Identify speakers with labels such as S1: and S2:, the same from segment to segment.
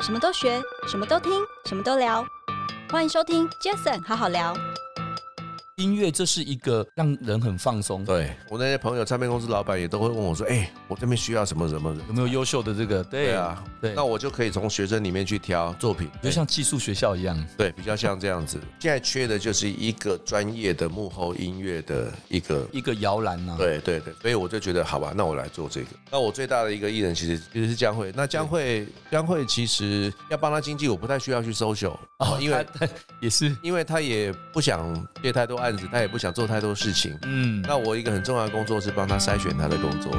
S1: 什么都学，什么都听，什么都聊。欢迎收听 Jason 好好聊。
S2: 音乐这是一个让人很放松，
S3: 对我那些朋友，唱片公司老板也都会问我说：“哎、我这边需要什么什么人
S2: 有没有优秀的这个？”对
S3: 对啊，
S2: 对，
S3: 那我就可以从学生里面去挑作品，
S2: 就像寄宿学校一样，
S3: 对，比较像这样子。现在缺的就是一个专业的幕后音乐的一个，
S2: 一个摇篮
S4: 啊
S2: 呐。
S3: 对对对，所以我就觉得好吧，那我来做这个。那我最大的一个艺人其实其实是江蕙，那江蕙江蕙其实要帮他经纪，我不太需要去 social，、哦、因 为
S2: 他他也是，
S3: 因为他也不想接太多案子，他也不想做太多事情。
S2: 嗯，
S3: 那我一个很重要的工作是帮他筛选他的工作。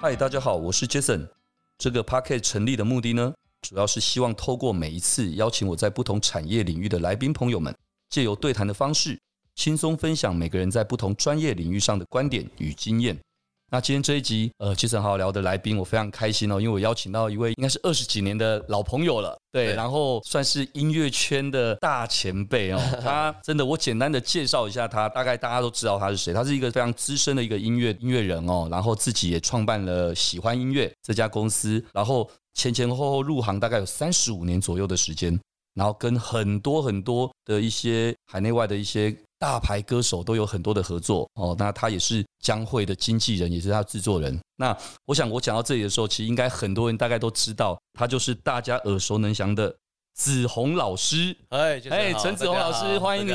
S4: 嗨，大家好，我是 Jason。这个 p a c k e t 成立的目的呢，主要是希望透过每一次邀请我在不同产业领域的来宾朋友们，借由对谈的方式，轻松分享每个人在不同专业领域上的观点与经验。那今天这一集，呃，Jason 好好聊的来宾，我非常开心哦，因为我邀请到一位应该是二十几年的老朋友了，对，
S3: 对
S4: 然后算是音乐圈的大前辈哦。他真的，我简单的介绍一下他，大概大家都知道他是谁。他是一个非常资深的一个音乐音乐人哦，然后自己也创办了喜欢音乐这家公司，然后前前后后入行大概有三十五年左右的时间。然后跟很多很多的一些海内外的一些大牌歌手都有很多的合作哦。那他也是江蕙的经纪人，也是他的制作人。那我想我讲到这里的时候，其实应该很多人大概都知道，他就是大家耳熟能详的子红老师。
S3: 哎，
S4: 哎陈子红老师欢迎你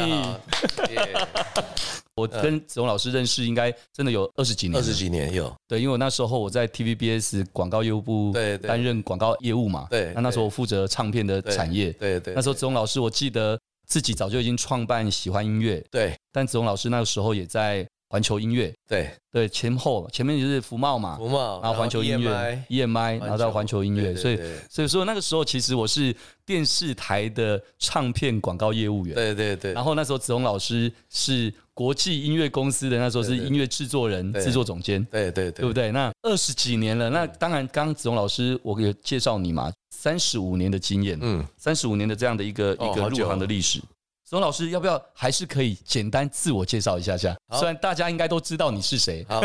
S4: 我跟子红老师认识应该真的有二十几年，
S3: 嗯二十几年有，
S4: 对，因为我那时候我在 TVBS 广告业务部
S3: 对对
S4: 担任广告业务嘛，
S3: 对
S4: 那那时候
S3: 对
S4: 我负责唱片的
S3: 对
S4: 产业，
S3: 对对，
S4: 那时候子红老师我记得自己早就已经创办喜欢音乐，
S3: 对
S4: 但子龙老师那个时候也在环球音乐，
S3: 对
S4: 对，前后前面就是福茂嘛，
S3: 福茂，E
S4: 然后环球音乐
S3: EMI
S4: EMI，然后到环球音乐，
S3: 对对
S4: 所以
S3: 对
S4: 所以说那个时候其实我是电视台的唱片广告业务员，
S3: 对对对，
S4: 然后那时候子龙老师是国际音乐公司的，那时候是
S3: 对对
S4: 音乐制作人、
S3: 对
S4: 制作总监。
S3: 对对
S4: 对不
S3: 对
S4: 对？那二十几年了，那当然，刚刚子龙老师我有介绍你嘛，三十五年的经验，
S3: 嗯，
S4: 三十五年的这样的一个、
S3: 哦
S4: 一个
S3: 好久
S4: 入
S3: 哦
S4: 行的历史。孙老师，要不要还是可以简单自我介绍一下下？
S3: 好
S4: 虽然大家应该都知道你是谁，
S3: 好，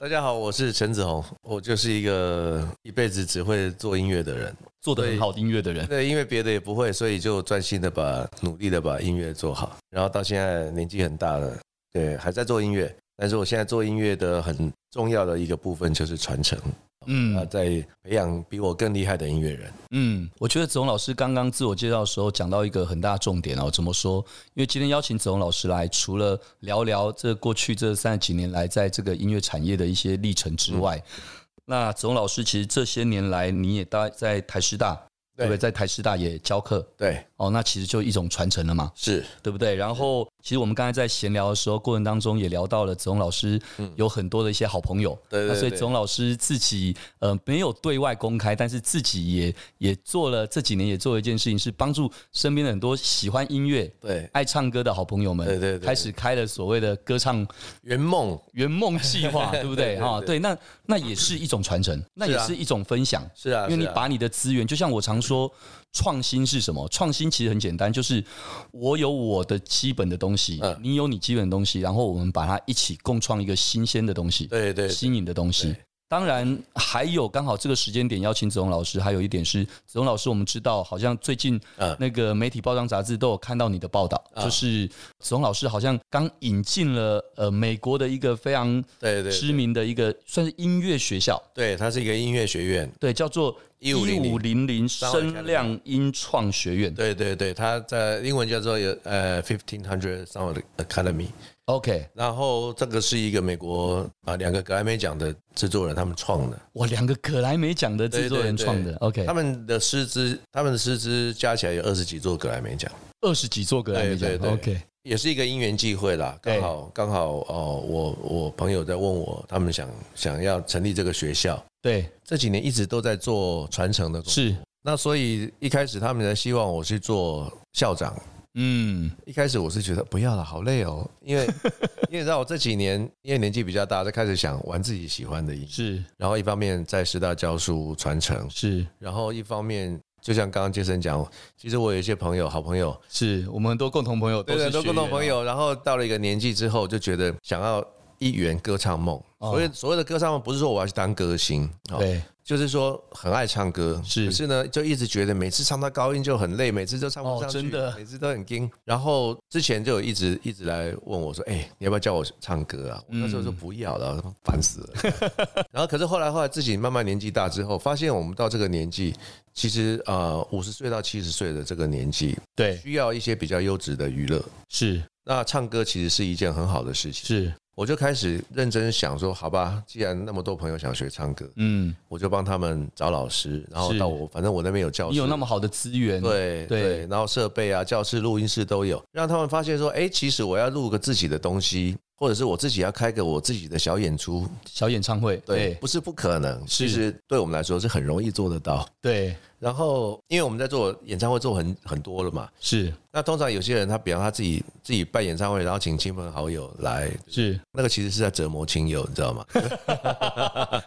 S3: 大家好，我是陈子红，我就是一个一辈子只会做音乐的人，
S4: 做的很好的音乐的人，
S3: 对，因为别的也不会，所以就专心的把努力的把音乐做好，然后到现在年纪很大了，对，还在做音乐，但是我现在做音乐的很重要的一个部分就是传承啊，
S4: 嗯
S3: 在培养比我更厉害的音乐人，
S4: 嗯，我觉得子龙老师刚刚自我介绍的时候讲到一个很大的重点哦。怎么说？因为今天邀请子龙老师来，除了聊聊这过去这三十几年来在这个音乐产业的一些历程之外，
S3: 嗯
S4: 那子龙老师其实这些年来你也待在台师大，对不对？在台师大也教课
S3: 对，
S4: 哦，那其实就一种传承了嘛。
S3: 是，
S4: 对不对？然后，其实我们刚才在闲聊的时候，过程当中也聊到了子龙老师有很多的一些好朋友，
S3: 嗯对对
S4: 那所以
S3: 对
S4: 子龙老师自己呃没有对外公开，但是自己也也做了这几年也做了一件事情，是帮助身边的很多喜欢音乐、
S3: 对，
S4: 爱唱歌的好朋友们，
S3: 对对对
S4: 开始开了所谓的歌唱
S3: 圆梦
S4: 圆梦计 划，对不对？
S3: 对对啊
S4: 哈，
S3: 对
S4: 对，那那也是一种传承，那也是一种分享。
S3: 是啊，
S4: 因为你
S3: 是啊
S4: 把你的资源，就像我常说，创新是什么？创新其实很简单，就是我有我的基本的东西，
S3: 嗯
S4: 你有你基本的东西，然后我们把它一起共创一个新鲜的东西，
S3: 对对对
S4: 新颖的东西
S3: 对。
S4: 当然，还有刚好这个时间点邀请子龙老师，还有一点是子龙老师，我们知道好像最近
S3: 嗯
S4: 那个媒体报章杂志都有看到你的报道，
S3: 啊
S4: 就是子龙老师好像刚引进了呃美国的一个非常
S3: 对对
S4: 知名的一个算是音乐学校，
S3: 对，它是一个音乐学院。
S4: 对，叫做一
S3: 1500
S4: 五零零
S3: 商
S4: 声
S3: 会
S4: 量音创学院。
S3: 对对对，它在英文叫做有呃 Fifteen Hundred Sound Academy。
S4: OK，
S3: 然后这个是一个美国啊两个格莱美奖的制作人他们创的，
S4: 哇，两个可莱美奖的制作人
S3: 对对对
S4: 创的。OK，
S3: 他们的师资他们的师资加起来有二十几座格莱美奖，
S4: 二十几座格莱美奖
S3: 对。对
S4: OK，
S3: 也是一个因缘际会啦，
S4: 对
S3: 刚好刚好哦，我我朋友在问我，他们想想要成立这个学校，
S4: 对，
S3: 这几年一直都在做传承的工作，
S4: 是，
S3: 那所以一开始他们才希望我去做校长。
S4: 嗯，
S3: 一开始我是觉得不要了，好累哦，因为 因为你知道我这几年因为年纪比较大，就开始想玩自己喜欢的音乐，
S4: 是
S3: 然后一方面在师大教书传承，
S4: 是
S3: 然后一方面就像刚刚杰森讲，其实我有一些朋友，好朋友，
S4: 是，我们很多共同朋友都
S3: 对
S4: 是
S3: 对，都
S4: 学
S3: 共同
S4: 员
S3: 朋
S4: 啊。
S3: 友，然后到了一个年纪之后，就觉得想要一元歌唱梦。所以所谓的歌唱梦，不是说我要去当歌星，哦，
S4: 对，
S3: 就是说很爱唱歌，
S4: 是
S3: 可是呢，就一直觉得每次唱到高音就很累，每次都唱不上去，
S4: 哦真的
S3: 每次都很惊。然后之前就有一直一直来问我说：“哎、你要不要叫我唱歌啊？”
S4: 嗯
S3: 我那时候说不要了，烦死了。 然后可是后来后来自己慢慢年纪大之后，发现我们到这个年纪，其实呃五十岁到七十岁的这个年纪，
S4: 对，
S3: 需要一些比较优质的娱乐。
S4: 是
S3: 那唱歌其实是一件很好的事情，
S4: 是，
S3: 我就开始认真想说，好吧，既然那么多朋友想学唱歌，
S4: 嗯，
S3: 我就帮他们找老师，然后
S4: 是
S3: 到我，反正我那边有教室，
S4: 你有那么好的资源，
S3: 对
S4: 对
S3: 对，然后设备啊、教室、录音室都有，让他们发现说，哎，其实我要录个自己的东西，或者是我自己要开个我自己的小演出，
S4: 小演唱会，
S3: 对，
S4: 对
S3: 不是不可能，
S4: 是
S3: 其实对我们来说是很容易做得到。
S4: 对
S3: 然后，因为我们在做演唱会做很很多了嘛，
S4: 是
S3: 那通常有些人他比方他自己自己办演唱会，然后请亲朋好友来，
S4: 是，
S3: 那个其实是在折磨亲友，你知道吗？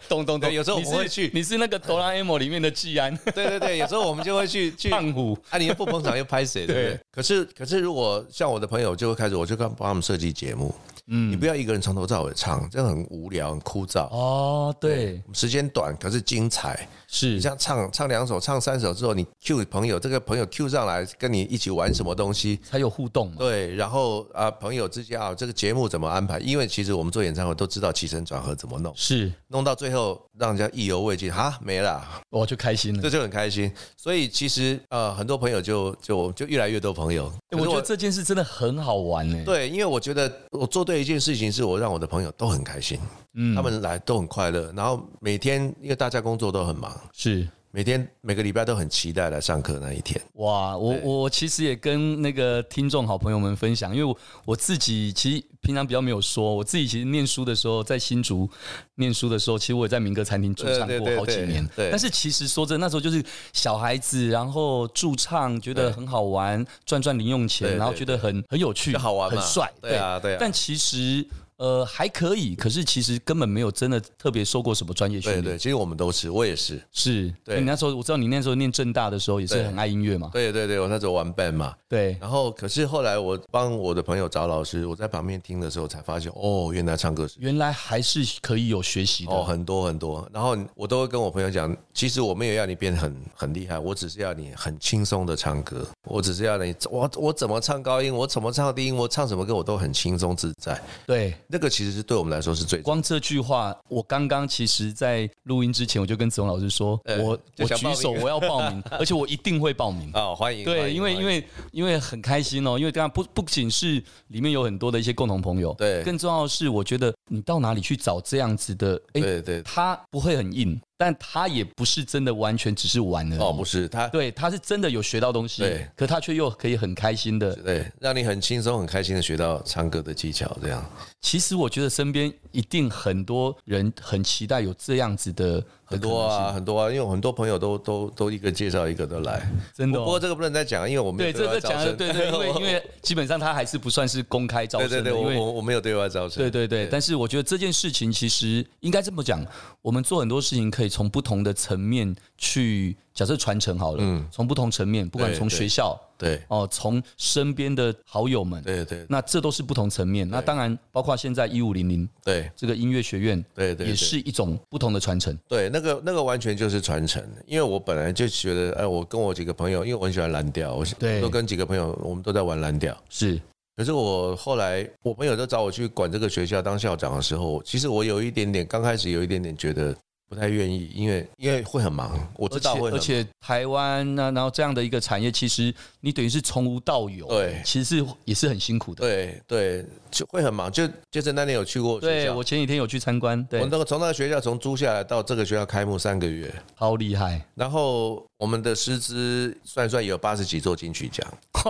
S4: 懂懂懂，
S3: 对有时候
S4: 你
S3: 我
S4: 是
S3: 会去
S4: 你是那个哆啦 A 梦里面的季安
S3: 对对对，有时候我们就会去去
S4: 胖虎，
S3: 啊，你又不捧场又拍谁，对不对
S4: 对？
S3: 可是可是，如果像我的朋友就会开始，我就帮帮他们设计节目，你
S4: 嗯
S3: 不，要一个人从头到尾唱，这样很无聊、很枯燥。
S4: 哦，对，
S3: 时间短，可是精彩。
S4: 是
S3: 你像唱唱两首、唱三首之后，你 Q 朋友，这个朋友 Q 上来跟你一起玩什么东西？
S4: 才有互动嘛，
S3: 对，然后啊，朋友之间啊，这个节目怎么安排？因为其实我们做演唱会都知道起承转合怎么弄，
S4: 是，
S3: 弄到最后让人家意犹未尽，哈，没了。欸
S4: 我就开心了
S3: 这。就很开心。所以其实呃，很多朋友就就就越来越多朋友。
S4: 欸
S3: 可
S4: 我
S3: 是
S4: 觉得这件事真的很好玩呢。，
S3: 对，因为我觉得我做对一件事情，是我让我的朋友都很开心，
S4: 嗯
S3: 他们来都很快乐。然后每天因为大家工作都很忙，
S4: 是
S3: 每天每个礼拜都很期待来上课那一天。
S4: 哇，我
S3: 对
S4: 我其实也跟那个听众好朋友们分享，因为我我自己其实平常比较没有说，我自己其实念书的时候，在新竹念书的时候，其实我也在民歌餐厅驻唱
S3: 对对
S4: 过
S3: 对
S4: 好几
S3: 对
S4: 年。
S3: 对
S4: 但是其实说真的，那时候就是小孩子，然后驻唱觉得
S3: 对
S4: 很好玩，赚赚零用
S3: 对
S4: 钱，
S3: 对
S4: 然后觉得很很有趣，
S3: 就好玩嘛
S4: 很帅，
S3: 对啊对啊
S4: 但其实呃还可以，可是其实根本没有真的特别受过什么专业训
S3: 对
S4: 练。
S3: 对，其实我们都是，我也是。
S4: 是，
S3: 对
S4: 你那时候我知道你那时候念正大的时候也是
S3: 对
S4: 很爱音乐嘛，
S3: 对对对，我那时候玩 band 嘛，
S4: 对，
S3: 然后可是后来我帮我的朋友找老师，我在旁边听的时候才发现，哦，原来唱歌是
S4: 原来还是可以有学习的，
S3: 哦，很多很多。然后我都会跟我朋友讲，其实我没有要你变很很厉害，我只是要你很轻松的唱歌，我只是要你我我怎么唱高音，我怎么唱低音，我唱什么歌我都很轻松自在。
S4: 对。
S3: 那个其实是对我们来说是最
S4: 光这句话，我刚刚其实，在录音之前，我就跟子龙老师说，
S3: 呃
S4: 我
S3: 就
S4: 我
S3: 想报
S4: 举
S3: 名
S4: 手，我要报 名，而且我一定会报名。
S3: 哦，欢迎欢
S4: 对，
S3: 迎
S4: 因为因
S3: 欢迎
S4: 为因为很开心哦，因为刚刚不不仅是里面有很多的一些共同朋友，
S3: 对
S4: 更重要的是，我觉得你到哪里去找这样子的，哎，
S3: 对对
S4: 他不会很硬，但他也不是真的完全只是玩而已。
S3: 哦，不是他
S4: 嗯对，他是真的有学到东西，
S3: 对
S4: 可他却又可以很开心的。
S3: 对，让你很轻松很开心的学到唱歌的技巧，这样
S4: 其实我觉得身边一定很多人很期待有这样子的
S3: 很多，啊很多啊，因为我很多朋友都都都一个介绍一个的来。
S4: 的可能性真的
S3: 不过
S4: 哦。
S3: 这个不能再讲，因为我没有
S4: 对，这
S3: 外
S4: 这讲
S3: 招
S4: 的
S3: 生。
S4: 对对，因为
S3: 我
S4: 因为基本上他还是不算是公开招
S3: 对
S4: 生
S3: 对
S4: 的，
S3: 对，
S4: 因
S3: 我
S4: 为
S3: 我我没有对外招生。
S4: 对对对，但是我觉得这件事情其实应该这么讲，我们做很多事情可以从不同的层面去假设传承好了，从不同层面，不管
S3: 对
S4: 从
S3: 对
S4: 学校
S3: 嗯对
S4: 哦，从身边的好友们，
S3: 对对
S4: 那这都是不同层面。那当然包括现在一五零零
S3: 对
S4: 这个音乐学院，
S3: 对对
S4: 也是一种不同的传承。
S3: 对，那个那个完全就是传承，因为我本来就觉得，哎，我跟我几个朋友，因为我很喜欢蓝调，我
S4: 对
S3: 都跟几个朋友，我们都在玩蓝调。
S4: 是
S3: 可是我后来，我朋友都找我去管这个学校当校长的时候，其实我有一点点，刚开始有一点点觉得不太愿意，因为因为会很忙，我知道会很
S4: 而
S3: 忙
S4: 且而且台湾那、然后这样的一个产业，其实你等于是从无到有，
S3: 对
S4: 其实是也是很辛苦的。
S3: 对对，就会很忙。就就是那年有去过学
S4: 对
S3: 校，
S4: 我前几天有去参观，对
S3: 我，那个从那个学校从租下来到这个学校开幕三个月，
S4: 超厉害，
S3: 然后我们的师资算一算也有八十几座金曲奖，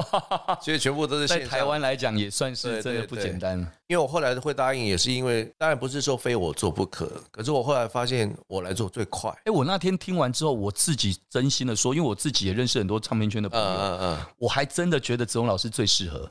S3: 所以全部都是
S4: 在
S3: 线上
S4: 台湾来讲也算是
S3: 对
S4: 真的
S3: 对
S4: 不
S3: 对
S4: 简单。
S3: 因为我后来会答应，也是因为当然不是说非我做不可，可是我后来发现我来做最快。
S4: 哎、我那天听完之后，我自己真心的说，因为我自己也认识很多唱片圈的朋友，
S3: 嗯嗯
S4: 我还真的觉得子龙老师最适 合，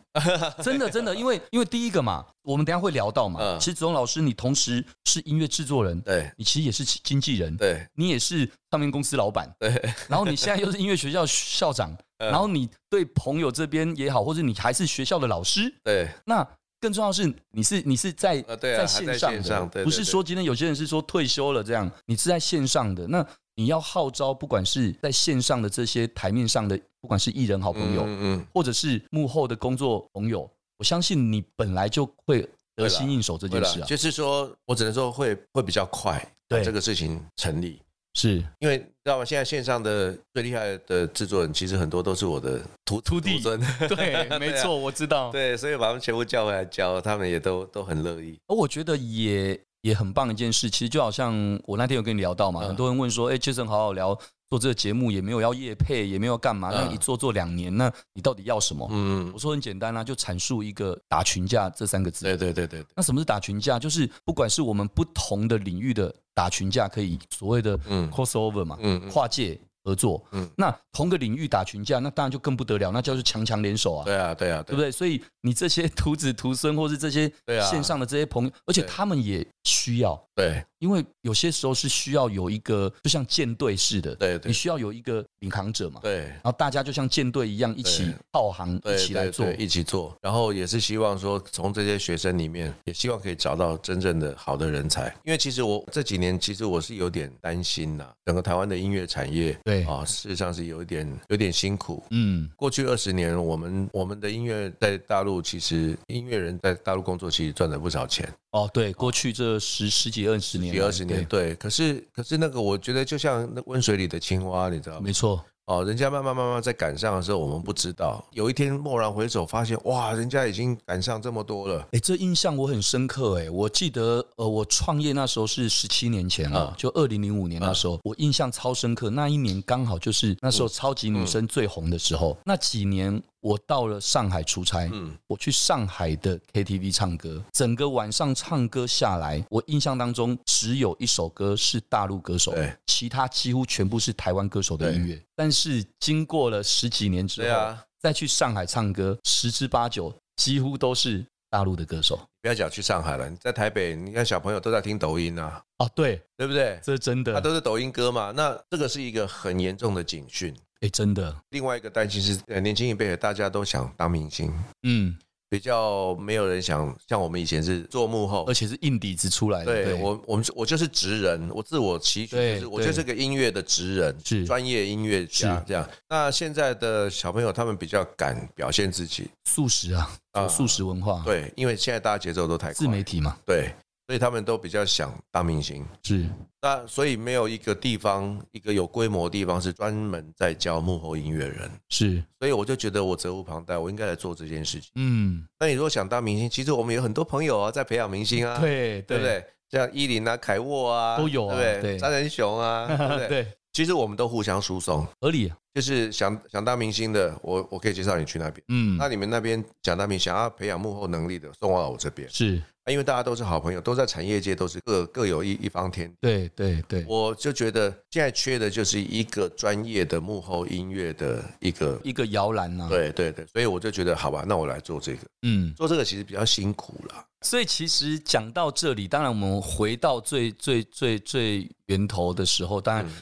S4: 真的真的，因为因为第一个嘛，我们等一下会聊到嘛，
S3: 嗯
S4: 其实子龙老师你同时是音乐制作人，
S3: 嗯，
S4: 你其实也是经纪人，
S3: 对
S4: 你也是唱片公司老板，
S3: 对对
S4: 然后你现在又是音乐学校
S3: 嗯
S4: 校长，然后你对朋友这边也好，或者你还是学校的老师，
S3: 对
S4: 那更重要的是，你是你是在、
S3: 呃对啊
S4: 在
S3: 还
S4: 线
S3: 在
S4: 上的，
S3: 线上对对
S4: 不是说今天有些人是说退休了这样，你是在线上的。那你要号召，不管是在线上的这些台面上的，不管是艺人好朋友，
S3: 嗯嗯，
S4: 或者是幕后的工作朋友，我相信你本来就会得心应手这
S3: 对
S4: 件
S3: 了
S4: 事，啊。
S3: 就是说我只能说会会比较快，
S4: 对
S3: 这个事情成立。
S4: 是
S3: 因为你知道吗？现在线上的最厉害的制作人，其实很多都是我的徒
S4: 徒弟
S3: 徒孙，
S4: 对，没错，我知道。
S3: 对，所以把他们全部叫回来教，他们也都都很乐意。
S4: 而我觉得也也很棒一件事，其实就好像我那天有跟你聊到嘛，
S3: 嗯
S4: 很多人问说，哎、杰森好好聊，做这个节目也没有要业配，也没有干嘛，那、
S3: 嗯
S4: 一做做两年，那你到底要什么？
S3: 嗯
S4: 我，说很简单啊啦、就阐述一个打群架这三个字。
S3: 对对对对，
S4: 那什么是打群架？就是不管是我们不同的领域的打群架，可以所谓的
S3: 嗯
S4: crossover 嘛，
S3: 嗯嗯
S4: 跨界合作。
S3: 嗯
S4: 那同个领域打群架，那当然就更不得了，那就是强强联手啊。
S3: 对啊对啊，
S4: 对不对？所以你这些 徒子徒孙，或是这些
S3: 对啊
S4: 线上的这些朋友，而且
S3: 对
S4: 他们也需要，
S3: 对
S4: 因为有些时候是需要有一个，就像舰队似的，
S3: 对对
S4: 你需要有一个领航者嘛，
S3: 对
S4: 然后大家就像舰队一样一起
S3: 对
S4: 浩航，
S3: 对，
S4: 一起来
S3: 对
S4: 做。
S3: 对一起做。然后也是希望说，从这些学生里面，也希望可以找到真正的好的人才。因为其实我这几年，其实我是有点担心呐、整个台湾的音乐产业，
S4: 对
S3: 啊、事实上是有一点有点辛苦。
S4: 嗯，
S3: 过去二十年，我们我们的音乐在大陆，其实音乐人在大陆工作，其实赚了不少钱，
S4: 哦，对，过去这十十几二十年来，
S3: 几二十年。
S4: 对，
S3: 对，可是可是那个，我觉得就像那温水里的青蛙，你知道吗
S4: 没？错，
S3: 哦，人家慢慢慢慢在赶上的时候，我们不知道。有一天蓦然回首，发现哇，人家已经赶上这么多了。
S4: 哎，这印象我很深刻哎，我记得呃，我创业那时候是十七年前啊
S3: 啊，
S4: 就二零零五年那
S3: 嗯
S4: 时候，我印象超深刻。那一年刚好就是那时候超级女
S3: 嗯
S4: 生最红的时候，那几年我到了上海出差，
S3: 嗯，
S4: 我去上海的 KTV 唱歌，整个晚上唱歌下来，我印象当中只有一首歌是大陆歌手
S3: 对，
S4: 其他几乎全部是台湾歌手的音乐。但是经过了十几年之
S3: 对
S4: 后，
S3: 啊
S4: 再去上海唱歌，十之八九几乎都是大陆的歌手。
S3: 不要讲去上海了，你在台北，你看小朋友都在听抖音啊，
S4: 哦，对，
S3: 对不对？
S4: 这是真的，
S3: 他
S4: 哎、
S3: 都是抖音歌嘛。那这个是一个很严重的警讯。
S4: 真的，
S3: 另外一个担心是，呃，年轻一辈的大家都想当明星，
S4: 嗯，
S3: 比较没有人想像我们以前是做幕后
S4: 而。且是硬底子出来的，
S3: 对我，我们我就是职人，我自我期许，
S4: 对
S3: 就是我就是个音乐的职人，
S4: 是
S3: 专业音乐家
S4: 是
S3: 这样。那现在的小朋友他们比较敢表现自己，
S4: 素食啊，
S3: 啊
S4: 素食文化，，
S3: 对，因为现在大家节奏都太快，
S4: 自媒体嘛，
S3: 对，所以他们都比较想当明星。
S4: 是
S3: 那所以没有一个地方，一个有规模的地方是专门在教幕后音乐人，
S4: 是，
S3: 所以我就觉得我责无旁贷，我应该来做这件事情。
S4: 嗯，
S3: 那你如果想当明星，其实我们有很多朋友啊，在培养明星啊，
S4: 对
S3: 对不？对？像依林啊、凯沃啊，
S4: 都有啊
S3: 对不
S4: 对
S3: 对？张仁 雄啊，对不对？
S4: 对，
S3: 其实我们都互相输送，
S4: 合理，啊
S3: 就是想想当明星的，我我可以介绍你去那边。
S4: 嗯，
S3: 那你们那边想当明星，想要培养幕后能力的，送到我这边，
S4: 是
S3: 啊因为大家都是好朋友，都在产业界，都是各各有一一方天地
S4: 对对对，
S3: 我就觉得现在缺的就是一个专业的幕后音乐的一个，
S4: 一个摇篮呐，，
S3: 对对对，所以我就觉得好吧，那我来做这个，
S4: 嗯，
S3: 做这个其实比较辛苦啦。
S4: 所以其实讲到这里，当然我们回到最最最最源头的时候，当然
S3: 嗯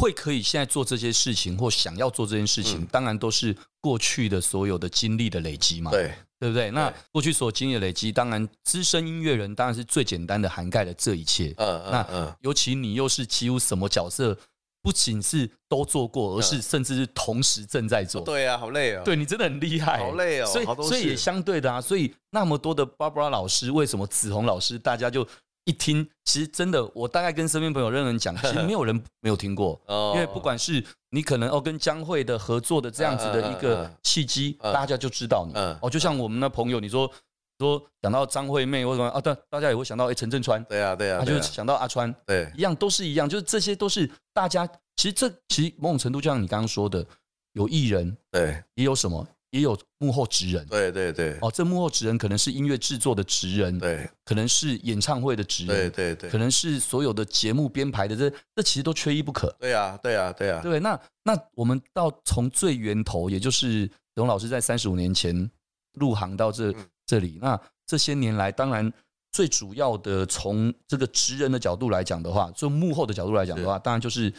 S4: 会可以现在做这些事情或想要做这件事情，
S3: 嗯
S4: 当然都是过去的所有的经历的累积嘛，
S3: 对，
S4: 对不对？那
S3: 对
S4: 过去所经历的累积，当然资深音乐人当然是最简单的涵盖了这一切。
S3: 嗯嗯嗯，
S4: 尤其你又是几乎什么角色，不仅是都做过，而
S3: 嗯
S4: 是甚至是同时正在做。
S3: 对啊，好累哦。
S4: 对你真的很厉害，
S3: 好累哦
S4: 所以
S3: 好多事
S4: 所以也相对的啊，所以那么多的 Barbara 老师，为什么紫红老师大家就一听，其实真的，我大概跟身边朋友认 真讲，其实没有人没有听过。
S3: 哦，
S4: 因为不管是你可能哦跟江蕙的合作的这样子的一
S3: 嗯嗯嗯
S4: 个
S3: 嗯
S4: 契机，
S3: 嗯
S4: 大家就知道你
S3: 嗯
S4: 哦，就像我们那朋友，你说说讲到张惠妹或什么啊，大大家也会想到哎陈振川，
S3: 对啊对啊，
S4: 他就
S3: 对啊
S4: 是想到阿川，
S3: 对啊
S4: 一样都是一样，就是这些都是大家其实这其实某种程度就像你刚刚说的，有艺人
S3: 对
S4: 也有什么，也有幕后职人。
S3: 对对对
S4: 哦，这幕后职人可能是音乐制作的职人，
S3: 对
S4: 可能是演唱会的职
S3: 对
S4: 人，
S3: 对对
S4: 可，能是所有的节目编排的，这这其实都缺一不可。
S3: 对啊对啊对啊，
S4: 对，那那我们到从最源头，也就是董老师在三十五年前入行到这、
S3: 嗯
S4: 这里，那这些年来，当然最主要的从这个职人的角度来讲的话，从幕后的角度来讲的话，当然就是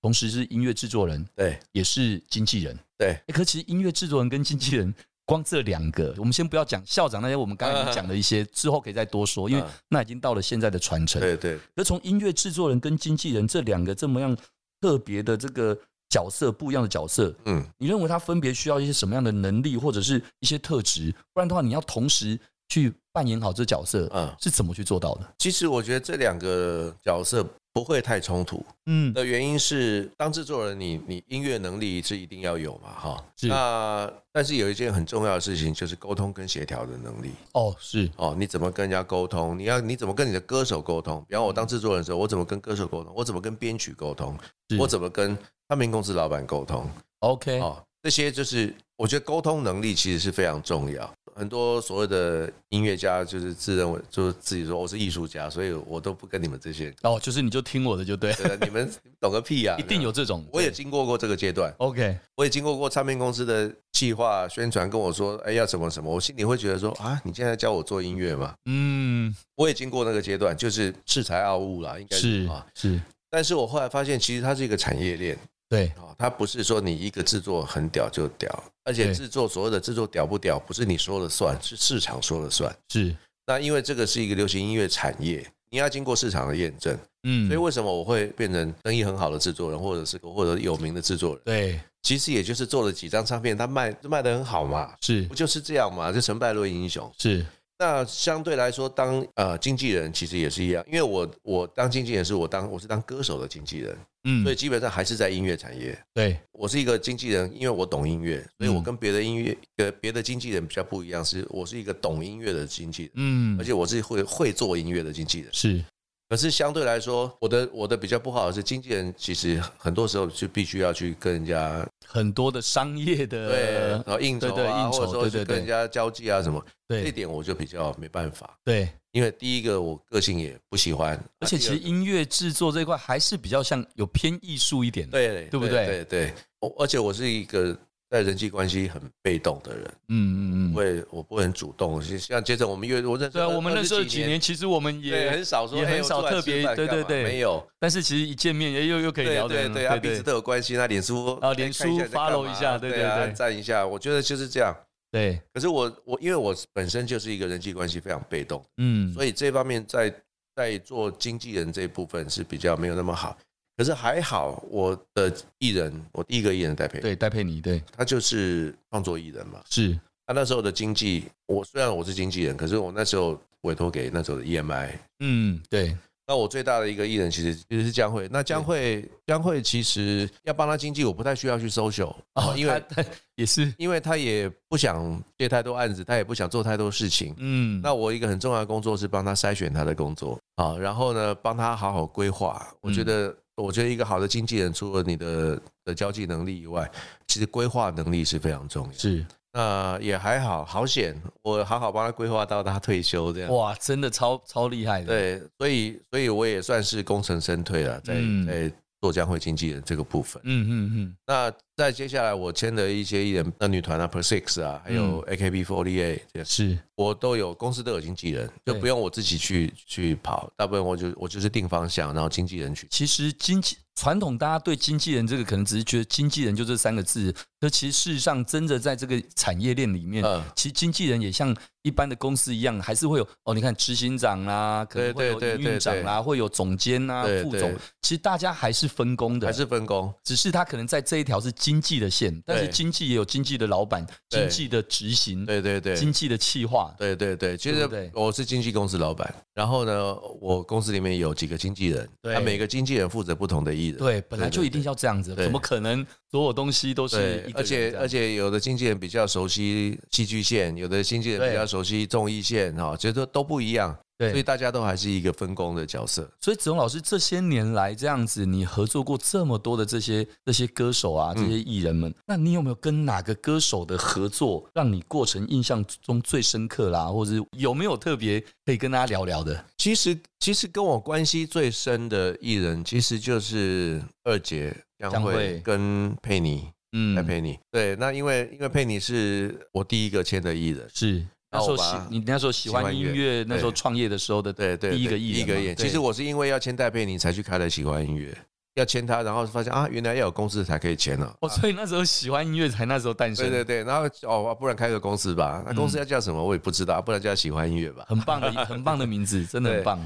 S4: 同时是音乐制作人，
S3: 对
S4: 哎也是经纪人。
S3: 对
S4: 欸可其实音乐制作人跟经纪人光这两个，我们先不要讲校长那些，我们刚才已经讲的一些，之后可以再多说，因为
S3: 嗯
S4: 那已经到了现在的传承。
S3: 对对，
S4: 而从音乐制作人跟经纪人这两个这么样特别的这个角色，不一样的角色，
S3: 嗯，
S4: 你认为他分别需要一些什么样的能力，或者是一些特质？不然的话，你要同时去扮演好这角色，
S3: 嗯
S4: 是怎么去做到的？
S3: 其实我觉得这两个角色不会太冲突
S4: 嗯，
S3: 的原因是，当制作人你你音乐能力是一定要有嘛，哈。
S4: 是
S3: 那但是有一件很重要的事情就是沟通跟协调的能力
S4: 哦，是，
S3: 哦，你怎么跟人家沟通？你要你怎么跟你的歌手沟通？比方我当制作人的时候，我怎么跟歌手沟通？我怎么跟编曲沟通？
S4: 是
S3: 我怎么跟唱片公司老板沟通？
S4: OK，
S3: 哦，这些就是我觉得沟通能力其实是非常重要。很多所谓的音乐家就是自认为就是自己说我是艺术家，所以我都不跟你们这些人，
S4: 哦，就是你就听我的就对，
S3: 对啊 的，你们你们懂个屁呀、
S4: 一定有。这种，
S3: 我也
S4: 对
S3: 经过过这个阶段，
S4: OK，
S3: 我也经过过唱片公司的计划宣传跟我说，哎，要什么什么，我心里会觉得说啊，你现在教我做音乐吗？
S4: 嗯，
S3: 我也经过那个阶段，就是恃才傲物啦，应该
S4: 是
S3: 啊。
S4: 是，
S3: 但是我后来发现，其实它是一个产业链，
S4: 对，
S3: 哦，它不是说你一个制作很屌就屌，而且
S4: 对
S3: 制作所有的制作屌不屌，不是你说了算，是市场说了算。
S4: 是，
S3: 那因为这个是一个流行音乐产业，你要经过市场的验证，
S4: 嗯，
S3: 所以为什么我会变成生意很好的制作人，或者是或者有名的制作人？
S4: 对
S3: 其实也就是做了几张唱片，他卖卖的很好嘛，
S4: 是
S3: 不就是这样嘛？就成败论英雄。
S4: 是，
S3: 那相对来说，当呃经纪人其实也是一样，因为我我当经纪人是我当我是当歌手的经纪人，
S4: 嗯，
S3: 所以基本上还是在音乐产业。
S4: 对
S3: 我是一个经纪人，因为我懂音乐，所以
S4: 嗯
S3: 我跟别的音乐呃别的经纪人比较不一样，是我是一个懂音乐的经纪人，
S4: 嗯，
S3: 而且我是会会做音乐的经纪人。
S4: 是
S3: 可是相对来说，我的我的比较不好的是，经纪人其实很多时候就必须要去跟人家
S4: 很多的商业
S3: 对，
S4: 的
S3: 然，后应酬
S4: 呃对对
S3: 啊，
S4: 应酬
S3: 或者说
S4: 对
S3: 去
S4: 对对
S3: 跟人家交际啊什么，这
S4: 对
S3: 点我就比较没办法，
S4: 对，
S3: 因为第一个我个性也不喜欢，
S4: 而且
S3: 啊
S4: 其实
S3: 第
S4: 音乐制作这一块还是比较像有偏艺术一点的，
S3: 二对
S4: 对不对
S3: 对对对，我而且我是一个在人际关系很被动的人。
S4: 嗯嗯嗯，
S3: 不会，我不会很主动。像像接着我们约我认识
S4: 对啊，
S3: 二，
S4: 我们认识了几年，
S3: 年，
S4: 其实我们
S3: 对，
S4: 也
S3: 很少说，
S4: 也
S3: 哎
S4: 很少
S3: 我出来
S4: 特别
S3: 吃饭
S4: 对对
S3: 干嘛
S4: 对
S3: 没有，
S4: 但是其实一见面，哎，又又可以
S3: 对
S4: 聊的，
S3: 对对，啊，彼此都有关系。那脸书
S4: 啊脸书
S3: 看一下你在干嘛
S4: follow 一下对
S3: 对啊
S4: 对对
S3: 赞一下，我觉得就是这样。
S4: 对，
S3: 可是我我因为我本身就是一个人际关系非常被动，
S4: 嗯，
S3: 所以这方面在在做经纪人这一部分是比较没有那么好。可是还好，我的艺人，我第一个艺人戴佩，
S4: 对戴佩妮，对
S3: 他就是创作艺人嘛，
S4: 是，
S3: 他那时候的经纪，我虽然我是经纪人，可是我那时候委托给那时候的 EMI。
S4: 嗯对
S3: 那我最大的一个艺人其实其实是江蕙。那江蕙，江蕙其实要帮他经纪，我不太需要去 social 哦，因为
S4: 她她啊也是，
S3: 因为他也不想接太多案子，他也不想做太多事情。
S4: 嗯，
S3: 那我一个很重要的工作是帮他筛选他的工作啊，然后呢，帮他好好规划。我
S4: 嗯
S3: 觉得，我觉得一个好的经纪人，除了你的的交际能力以外，其实规划能力是非常重要。
S4: 是
S3: 那也还好，好险，我好好帮他规划到他退休这样。
S4: 哇，真的超超厉害的，
S3: 对，所以所以我也算是功成身退了，在、
S4: 嗯
S3: 在做江会经纪人这个部分。
S4: 嗯嗯嗯，
S3: 那在接下来我签的一些艺人，那女团啊，Per Six 啊，还有
S4: 嗯
S3: AKB48 这些，
S4: 是
S3: 我都有公司都有经纪人，就
S4: 对
S3: 不用我自己去去跑，大部分我就我就是定方向，然后经纪人去。
S4: 其实经纪传统，大家对经纪人这个可能只是觉得经纪人就这三个字，那其实事实上真的在这个产业链里面，
S3: 嗯
S4: 其实经纪人也像一般的公司一样，还是会有哦，你看执行长啦，可能会有
S3: 对对
S4: 营
S3: 对对
S4: 运长啦，会有总监啦、
S3: 对
S4: 副
S3: 对
S4: 总，其实大家还是分工的，
S3: 还是分工，
S4: 只是他可能在这一条是经济的线，但是
S3: 对
S4: 经济也有经济的老板、
S3: 对
S4: 经济的执行、
S3: 对对对，
S4: 经济的企划，
S3: 对对对，其
S4: 对
S3: 实
S4: 不对
S3: 我是经纪公司老板，然后呢，我公司里面有几个经纪人，
S4: 对
S3: 那每个经纪人负责不同的艺人，
S4: 对，本来就一定
S3: 对
S4: 要这样子，
S3: 对
S4: 怎么可能所有东西都是
S3: 对
S4: 一，个
S3: 而且而
S4: 且
S3: 且有的经纪人比较熟悉戏剧线，有的经纪人比较熟悉综艺线，哈，其实都都不一样，
S4: 对
S3: 所以大家都还是一个分工的角色。
S4: 所以子龙老师这些年来这样子，你合作过这么多的这些这些歌手啊，
S3: 嗯
S4: 这些艺人们，那你有没有跟哪个歌手的合作让你过程印象中最深刻啦？或者是有没有特别可以跟大家聊聊的？
S3: 其实其实跟我关系最深的艺人，其实就是二姐
S4: 江
S3: 江
S4: 蕙
S3: 蕙跟佩妮，哎
S4: 嗯
S3: 戴佩妮。对，那因为因为佩妮是我第一个签的艺人。
S4: 是那
S3: 然
S4: 时候
S3: 后我
S4: 喜
S3: 把
S4: 你那时候喜欢
S3: 喜欢
S4: 音
S3: 乐
S4: 乐，那时候
S3: 对
S4: 创业的时候的
S3: 对对，
S4: 第一个
S3: 对
S4: 艺
S3: 第一
S4: 人嘛
S3: 个艺人。
S4: 对
S3: 其实我是因为要签戴佩妮才去开了喜欢音乐。要签他，然后发现啊，原来要有公司才可以签啊。
S4: 哦，所以那时候喜欢音乐才那时候诞生，
S3: 对对对，然后哦，不然开个公司吧，那公司要叫什么我也不知道，啊不然叫喜欢音乐吧。
S4: 嗯很棒的很棒的名字，真的很棒。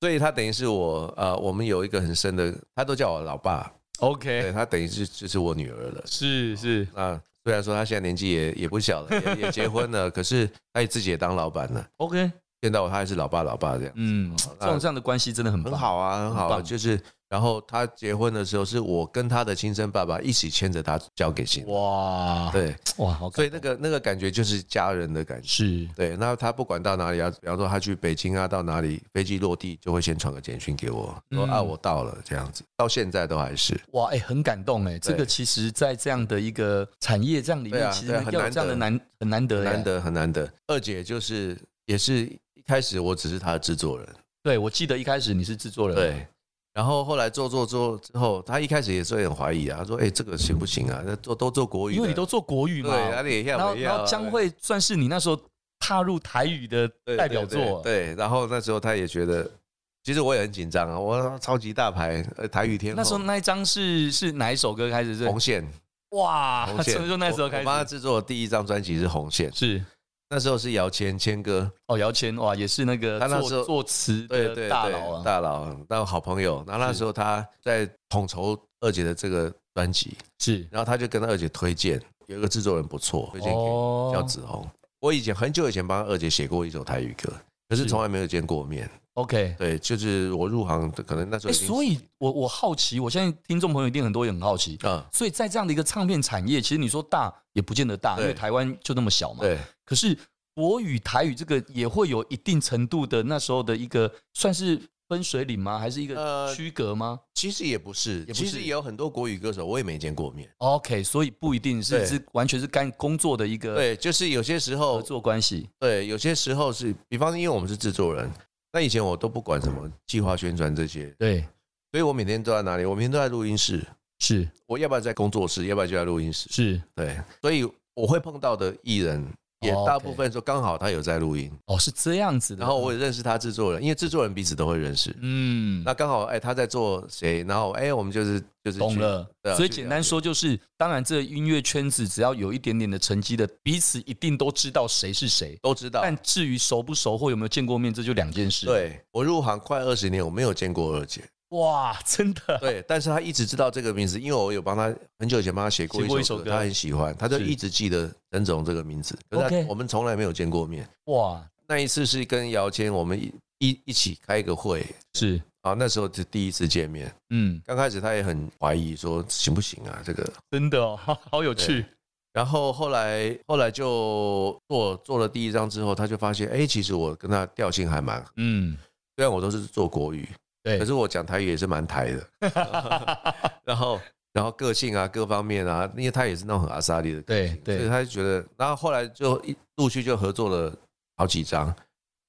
S3: 所以他等于是我呃，我们有一个很深的，他都叫我老爸，对
S4: OK，
S3: 他等于是就是我女儿了。
S4: 是是，
S3: 那虽然说他现在年纪也也不小了，也也结婚了，可是他也自己也当老板了，
S4: OK，
S3: 见到我他还是老爸老爸这样，
S4: 嗯，这种这样的关系真的很棒
S3: 很，好啊，很好
S4: 很
S3: 啊。
S4: 棒
S3: 就是然后他结婚的时候，是我跟他的亲生爸爸一起牵着他交给新人，
S4: 哇，
S3: 对，
S4: 哇，好感
S3: 所以那个那个感觉就是家人的感觉。
S4: 是
S3: 对，那他不管到哪里啊，比方说他去北京啊，到哪里飞机落地就会先传个简讯给我，说、
S4: 嗯
S3: 啊我到了这样子，到现在都还是。
S4: 哇，哎、很感动哎，这个其实，在这样的一个产业这样里
S3: 对
S4: 面，
S3: 啊
S4: 其实
S3: 对啊
S4: 要
S3: 很
S4: 有
S3: 难
S4: 这样的
S3: 得
S4: 难很难得
S3: 很
S4: 哎
S3: 难。得很难得。二姐就是也是一开始我只是她的制作人，
S4: 对，我记得一开始你是制作人，
S3: 对，。然后后来做做做之后，她一开始也是很怀疑啊，她说：“哎、这个行不行啊？那做都做国语的，
S4: 因为你都做国语嘛，
S3: 对，哪里要
S4: 然后
S3: 不要
S4: 然
S3: 啊？
S4: 后将会算是你那时候踏入台语的
S3: 对
S4: 代表作，
S3: 对对对然后那时候她也觉得，其实我也很紧张啊，我超级大牌，呃，台语天
S4: 那
S3: 后
S4: 时候那一张是是哪一首歌开始是？
S3: 红线，
S4: 哇，
S3: 红线，
S4: 从就那时候
S3: 我
S4: 开
S3: 我帮她
S4: 始
S3: 制作的第一张专辑是红线，
S4: 是
S3: 那时候是姚谦谦哥，
S4: 哦，姚谦哇，也是那个
S3: 他那时
S4: 作
S3: 候
S4: 作词
S3: 对对
S4: 的大佬
S3: 对
S4: 啊，
S3: 大佬，那好朋友。然后那时候他在统筹二姐的这个专辑，
S4: 是
S3: 然后他就跟二姐推荐，有一个制作人不错，推荐给我
S4: 哦
S3: 叫子红。我以前很久以前帮二姐写过一首台语歌，可是
S4: 是
S3: 从来没有见过面。
S4: OK。
S3: 对，就是我入行的可能那时候
S4: 哎，
S3: 已经，
S4: 所以我我好奇，我相信听众朋友一定很多也很好奇，
S3: 啊，
S4: 所以在这样的一个唱片产业，其实你说大也不见得大，因
S3: 对
S4: 为台湾就那么小嘛。。
S3: 对
S4: 可是国语、台语这个也会有一定程度的那时候的一个算是分水岭吗？还是一个
S3: 呃
S4: 区隔吗、
S3: 其实也不是，
S4: 不是
S3: 其实也有很多国语歌手我也没见过面。
S4: o k 所以不一定是
S3: 对
S4: 是完全是干工作的一个
S3: 对，就是有些时
S4: 合
S3: 候，
S4: 作关系。
S3: 对，有些时候是，比方说因为我们是制作人，那以前我都不管什么计划宣传这些，
S4: 对，
S3: 所以我每天都在哪里？我每天都在录音室，
S4: 是
S3: 我要不然在工作室，要不然就在录音室。
S4: 是
S3: 对，所以我会碰到的艺人也
S4: 哦
S3: 大
S4: OK
S3: 部分说刚好他有在录音，
S4: 哦，是这样子的。
S3: 然后我也认识他制作人，因为制作人彼此都会认识。
S4: 嗯，
S3: 那刚好哎他在做谁，然后哎我们就是就是
S4: 懂
S3: 去
S4: 了
S3: 对。啊
S4: 所以
S3: 去
S4: 简
S3: 了
S4: 单
S3: 解
S4: 说就是，当然这音乐圈子只要有一点点的成绩的，彼此一定都知道谁是谁。
S3: 都知道。
S4: 但至于熟不熟或有没有见过面，这就两件事。，
S3: 对我入行快二十年，我没有见过二姐。
S4: 哇，真的
S3: 对，但是他一直知道这个名字，因为我有帮他很久以前帮他写过
S4: 写过一
S3: 一
S4: 首
S3: 首
S4: 歌
S3: 歌，他很喜欢，他就是一直记得曾总这个名字。可是
S4: OK
S3: 他我们从来没有见过面。
S4: 哇，
S3: 那一次是跟姚谦我们一一一起开个会
S4: 是
S3: 啊，那时候是第一次见面。
S4: 嗯，
S3: 刚开始他也很怀疑说行不行啊这个，
S4: 真的 哦，好好有趣。
S3: 然后后来后来就做做了第一张之后，他就发现哎、诶其实我跟他调性还蛮，
S4: 嗯，
S3: 虽然我都是做国语，
S4: 对
S3: 可是 我讲台语也是蛮台的，然后然后个性啊各方面啊，因为他也是那种很阿萨利的个性，
S4: 对对
S3: 所以他就觉得，然后后来就一陆续就合作了好几张。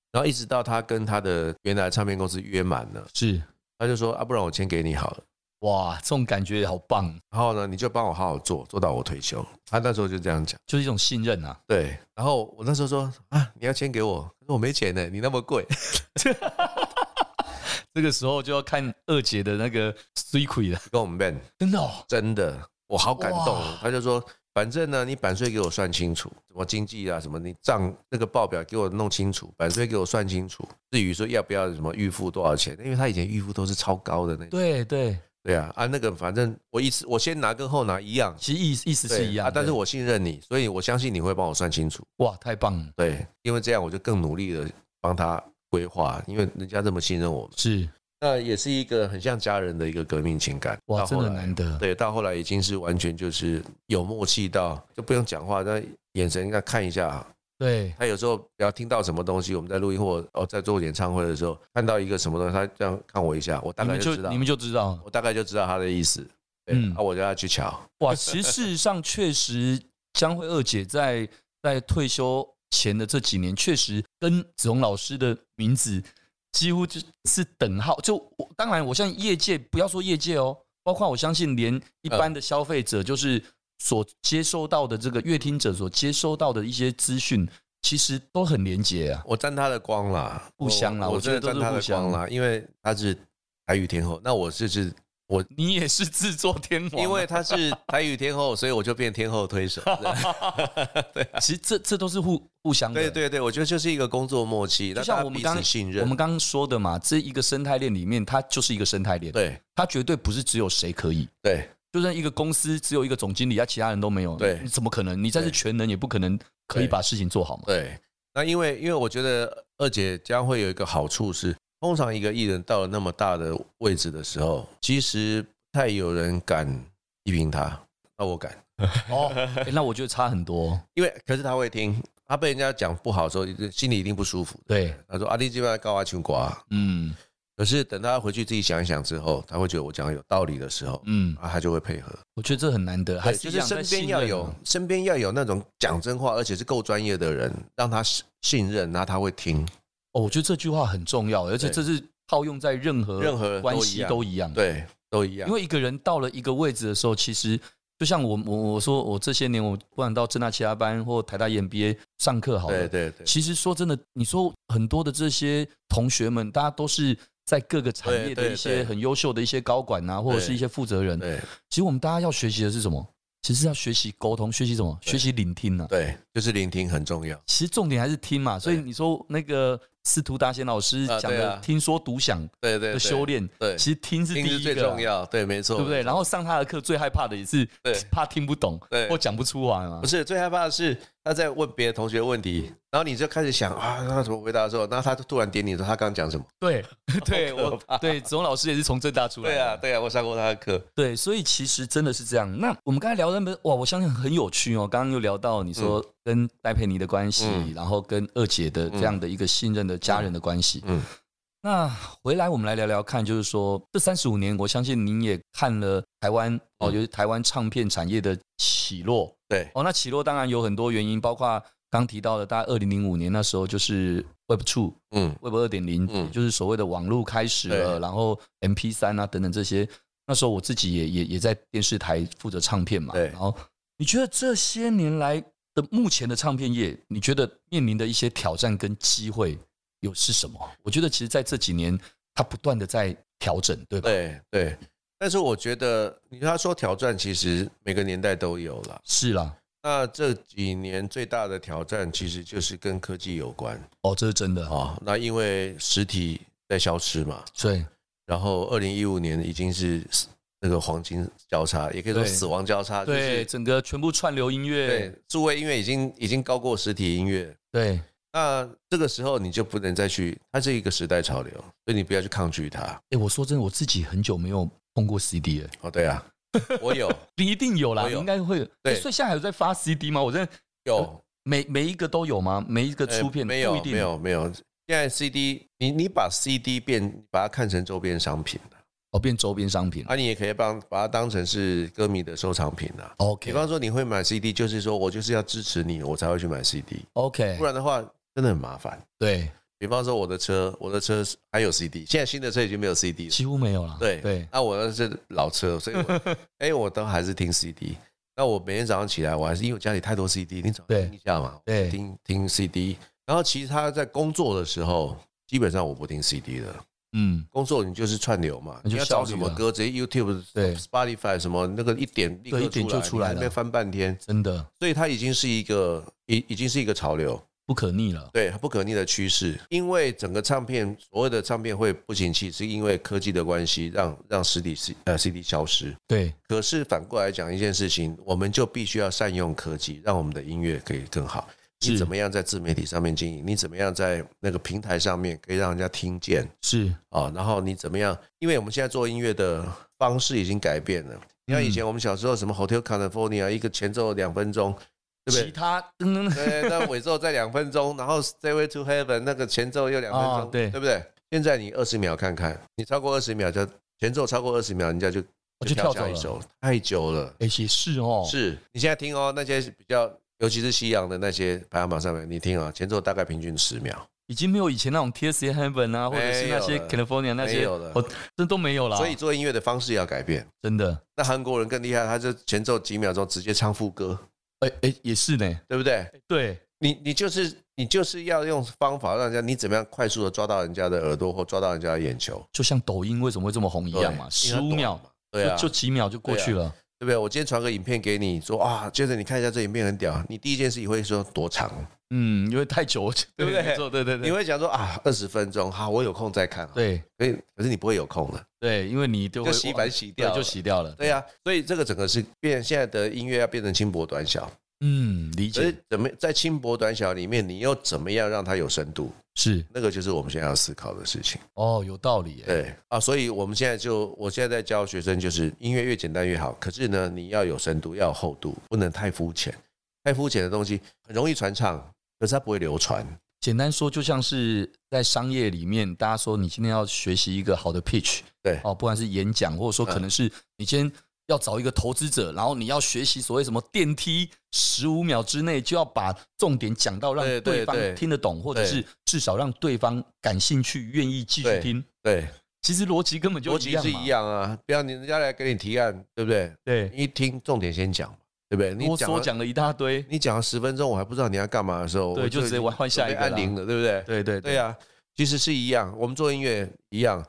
S3: 然后一直到他跟他的原来唱片公司约满了，
S4: 是
S3: 他就说啊，不然我签给你好了。
S4: 哇，这种感觉好棒，
S3: 然后呢，你就帮我好好做，做到我退休。他那时候就这样讲。
S4: 就是一种信任啊。
S3: 对，然后我那时候说啊，你要钱给我，可是我没钱呢，你那么贵。
S4: 这个时候就要看二姐的那个 secret 了，
S3: 跟我们 man
S4: 真的哦，
S3: 真的，我好感动哦
S4: 哇。
S3: 他就说，反正呢，你版税给我算清楚，什么经济啊，什么你账那个报表给我弄清楚，版税给我算清楚。至于说要不要什么预付多少钱，因为他以前预付都是超高的那种。
S4: 对对，
S3: 对啊，啊那个反正我一次我先拿跟后拿一样，
S4: 其实意意思
S3: 对
S4: 是一样
S3: 啊，
S4: 的，
S3: 但是我信任你，所以我相信你会帮我算清楚。
S4: 哇，太棒了，
S3: 对，因为这样我就更努力的帮他规划，因为人家这么信任我们。
S4: 是
S3: 那也是一个很像家人的一个革命情感。
S4: 哇，
S3: 到
S4: 真
S3: 后
S4: 的
S3: 来
S4: 很难得，
S3: 对，到后来已经是完全就是有默契到就不用讲话，但眼神应该看一下。啊
S4: 对
S3: 他有时候只要听到什么东西，我们在录音或哦在做演唱会的时候，看到一个什么东西，他这样看我一下，我大
S4: 你
S3: 概
S4: 们
S3: 就知道，
S4: 就你们就知道了，
S3: 我大概就知道他的意思。对，
S4: 嗯
S3: 啊，我就要去瞧。
S4: 哇，其实事实上确实，江惠二姐在在退休前的这几年，确实跟子红老师的名字几乎就是等号。就我当然，我相信业界不要说业界哦，包括我相信连一般
S3: 嗯
S4: 的消费者，就是所接收到的这个乐听者所接收到的一些资讯，其实都很连结啊。
S3: 我沾他的光啦，
S4: 互相啦
S3: 我
S4: 我
S3: 我
S4: 觉
S3: 真
S4: 得
S3: 的
S4: 都是
S3: 沾他的光啦，因为他是台语天后，那我就是我
S4: 你也是制作天王啊，
S3: 因为她是台语天后，所以我就变天后推 手。
S4: 其实这这都是互互相的。
S3: 对对对，我觉得就是一个工作默契，
S4: 就
S3: 那
S4: 像
S3: 大家
S4: 我们
S3: 彼
S4: 刚
S3: 此信
S4: 我
S3: 任
S4: 们。刚刚说的嘛，这一个生态链里面，它就是一个生态链，
S3: 对
S4: 它绝对不是只有谁可以。
S3: 对
S4: 就算一个公司只有一个总经理，啊，其他人都没有，
S3: 对
S4: 你怎么可能？你再是
S3: 对
S4: 全能，也不可能可以
S3: 对
S4: 把事情做好嘛。
S3: 对，那因为因为我觉得二姐将会有一个好处是，通常一个艺人到了那么大的位置的时候，其实不太有人敢批评她，那我敢，
S4: 哦，诶那我觉得差很多。
S3: 因为可是她会听，她被人家讲不好的时候，心里一定不舒服。
S4: 对，
S3: 她说：“阿啊弟这边高阿穷瓜。
S4: 嗯”
S3: 啊可是等她回去自己想一想之后，她会觉得我讲的有道理的时候，
S4: 嗯，
S3: 啊，她就会配合。
S4: 我觉得这很难得，还
S3: 对，
S4: 是
S3: 就
S4: 一
S3: 是
S4: 样
S3: 身边要有，
S4: 在信任啊
S3: 身边要有那种讲真话，而且是够专业的人，让他信信任，那他会听。
S4: 哦，我觉得这句话很重要，而且
S3: 对
S4: 这是套用在任何
S3: 任何人
S4: 关
S3: 都一
S4: 系
S3: 样
S4: 都一样。
S3: 对，都一样。
S4: 因为一个人到了一个位置的时候，其实就像我我我说我这些年，我不管到正大其他班或台大 EMBA 上课好了，
S3: 对对对
S4: 其实说真的，你说很多的这些同学们，大家都是在各个产业
S3: 对
S4: 的
S3: 对
S4: 一些
S3: 对
S4: 很优秀的一些高管啊，或者是一些负责人。
S3: 对
S4: 其实我们大家要学习的是什么？其实要学习沟通，学习什么？
S3: 对
S4: 学习聆听啊。
S3: 对，就是聆听很重要。
S4: 其实重点还是听嘛。所以你说那个司徒达贤老师
S3: 啊
S4: 讲
S3: 对
S4: 的
S3: 啊
S4: 听说读想
S3: 对对
S4: 的
S3: 对，
S4: 修炼，
S3: 对
S4: 其实听是第
S3: 听
S4: 一个
S3: 是
S4: 啊
S3: 最重要。对，没错，
S4: 对不对？？然后上他的课最害怕的也是
S3: 对
S4: 怕听不懂，
S3: 对
S4: 或讲不出来嘛
S3: 不。是最害怕的是他在问别的同学问题，然后你就开始想啊，那他怎么回答的时候，那他就突然点你说他刚刚讲什么？
S4: 对对，
S3: 好可
S4: 我
S3: 怕
S4: 对总老师也是从正大出来的。
S3: 对啊，对啊，我上过他的课。
S4: 对，所以其实真的是这样。那我们刚才聊的那么哇，我相信很有趣哦。刚刚又聊到你说跟戴佩妮的关系，
S3: 嗯
S4: 然后跟二姐的这样的一个信任的家人的关系。
S3: 嗯，
S4: 那回来我们来聊聊看，就是说这三十五年，我相信您也看了台湾哦，
S3: 嗯
S4: 就是台湾唱片产业的起落
S3: 对
S4: 哦。那起落当然有很多原因，包括刚提到的，大概二零零五年那时候就是 Web Two、
S3: 嗯，
S4: Web 二点零，
S3: 嗯
S4: 也就是所谓的网络开始了，
S3: 对
S4: 然后 MP 三啊等等这些。那时候我自己也也也在电视台负责唱片嘛，
S3: 对
S4: 然后你觉得这些年来的目前的唱片业，你觉得面临的一些挑战跟机会有是什么？我觉得其实在这几年，它不断的在调整，对吧？
S3: 对对。但是我觉得，你跟他说挑战，其实每个年代都有啦。
S4: 是啦，
S3: 那这几年最大的挑战其实就是跟科技有关
S4: 哦，这是真的哦，
S3: 啊。那因为实体在消失嘛，
S4: 对，
S3: 然后二零一五年已经是那个黄金交叉，也可以说
S4: 对
S3: 死亡交叉，啊就是
S4: 对，整个全部串流音乐，
S3: 对数位音乐已经已经高过实体音乐。
S4: 对
S3: 那这个时候你就不能再去，它是一个时代潮流，所以你不要去抗拒它。
S4: 哎，我说真的，我自己很久没有碰过 CD 了。
S3: 哦，对啊，我有
S4: 你一定有啦，
S3: 我有
S4: 应该会有。
S3: 对
S4: 诶所以现在还有在发 CD 吗？我真的
S3: 有
S4: 每每一个都有吗？每一个
S3: 呃
S4: 出片、
S3: 没
S4: 不
S3: 有
S4: 一定
S3: 没有没有，现在 CD 你你把 CD 变把它看成周边商品。啊
S4: 哦，变周边商品。
S3: 啊，你也可以帮把它当成是歌迷的收藏品啊。比
S4: OK
S3: 方说，你会买 CD，就是说我就是要支持你，我才会去买 CD，
S4: OK，
S3: 不然的话真的很麻烦。
S4: 对，
S3: 比方说我的车，我的车是还有 CD，现在新的车已经没有 CD 了。
S4: 几乎没有啦。
S3: 对
S4: 对，
S3: 那我是老车，所以我 哎、我都还是听 CD。那我每天早上起来，我还是因为我家里太多 CD，你早上
S4: 对
S3: 听一下嘛，
S4: 对
S3: 听听 CD。然后其实他在工作的时候，基本上我不听 CD 的。
S4: 嗯，
S3: 工作你就是串流嘛，
S4: 那就
S3: 你要
S4: 效率
S3: 找什么
S4: 了
S3: 歌，直接 YouTube
S4: 对
S3: Spotify 什么那个一点立刻
S4: 对一点就出来了
S3: 你还没翻半天，
S4: 真的
S3: 所以它已经是一个已已经是一个潮流，
S4: 不可逆了。
S3: 对不可逆的趋势。因为整个唱片所谓的唱片会不景气，是因为科技的关系，让让实体 C 呃 CD 消失。
S4: 对，
S3: 可是反过来讲一件事情，我们就必须要善用科技，让我们的音乐可以更好。你
S4: 是
S3: 怎么样在自媒体上面经营？你怎么样在那个平台上面可以让人家听见？
S4: 是
S3: 啊，然后你怎么样？因为我们现在做音乐的方式已经改变了。你看以前我们小时候什么 Hotel California，一个前奏两分钟，对
S4: 其
S3: 不对？
S4: 他嗯，
S3: 对，那尾奏再两分钟，然后 Stairway to Heaven 那个前奏又两分钟，
S4: 啊对
S3: 对不对？现在你二十秒看看，你超过二十秒就前奏超过二十秒，人家就
S4: 我就跳走
S3: 下一
S4: 了。
S3: 首，太久了。
S4: 哎，也是哦，
S3: 是你现在听哦，那些比较，尤其是西洋的那些排行榜上面，你听啊，前奏大概平均十秒。
S4: 已经没有以前那种 TSA Heaven 啊，或者是那些
S3: 没有了
S4: California 那
S3: 没
S4: 些，
S3: 有了
S4: 哦，这都没有啦。
S3: 所以做音乐的方式要改变。
S4: 真的，
S3: 那韩国人更厉害，他就前奏几秒钟直接唱副歌，
S4: 哎哎，也是呢。
S3: 对不对？
S4: 对，
S3: 你你就是你就是要用方法让人家你怎么样快速的抓到人家的耳朵或抓到人家的眼球
S4: 就像抖音为什么会这么红一
S3: 一
S4: 样嘛，十五秒，
S3: 对啊，
S4: 就就几秒就过去了。
S3: 对不对？我今天传个影片给你，说啊，接着你看一下这影片很屌，啊你第一件事情会说多长？
S4: 嗯，因为太久，
S3: 对不对
S4: 没错对对
S3: 你
S4: 对
S3: 会讲说啊，二十分钟，好，我有空再看。，
S4: 对
S3: 可以，可是你不会有空了，
S4: 对，因为你就会
S3: 就洗
S4: 完
S3: 版洗掉
S4: 对，
S3: 了，
S4: 就洗掉了。
S3: 对啊，所以这个整个是变现在的音乐要变成轻薄短小，
S4: 嗯，理
S3: 可是
S4: 解
S3: 怎么在轻薄短小里面，你又怎么样让它有深度？
S4: 是
S3: 那个就是我们现在要思考的事情。
S4: 哦，有道理耶。
S3: 对啊，所以我们现在就我现在在教学生，就是音乐越简单越好，可是呢，你要有深度，要有厚度，不能太肤浅。太肤浅的东西很容易传唱，可是它不会流传。
S4: 简单说，就像是在商业里面，大家说你今天要学习一个好的 pitch，
S3: 对
S4: 哦，不管是演讲，或者说
S3: 嗯
S4: 可能是你今天要找一个投资者，然后你要学习所谓什么电梯十五秒之内就要把重点讲到让
S3: 对对
S4: 对方
S3: 对
S4: 听得懂，或者
S3: 对
S4: 是至少让对方感兴趣、愿意继续
S3: 对
S4: 听。
S3: 对，
S4: 其实逻辑根本就
S3: 逻辑
S4: 嘛
S3: 是一，样啊，不要你人家来给你提案，对不对？
S4: 对，
S3: 一听重点先讲嘛，对不对？你
S4: 啰
S3: 讲了
S4: 嗦讲了一大堆，
S3: 你讲了十分钟，我还不知道你要干嘛的时候，
S4: 对
S3: 我
S4: 就直接换换下一个啦
S3: 按铃了，对不对？
S4: 对对
S3: 对啊，其实是一样，我们做音乐一样，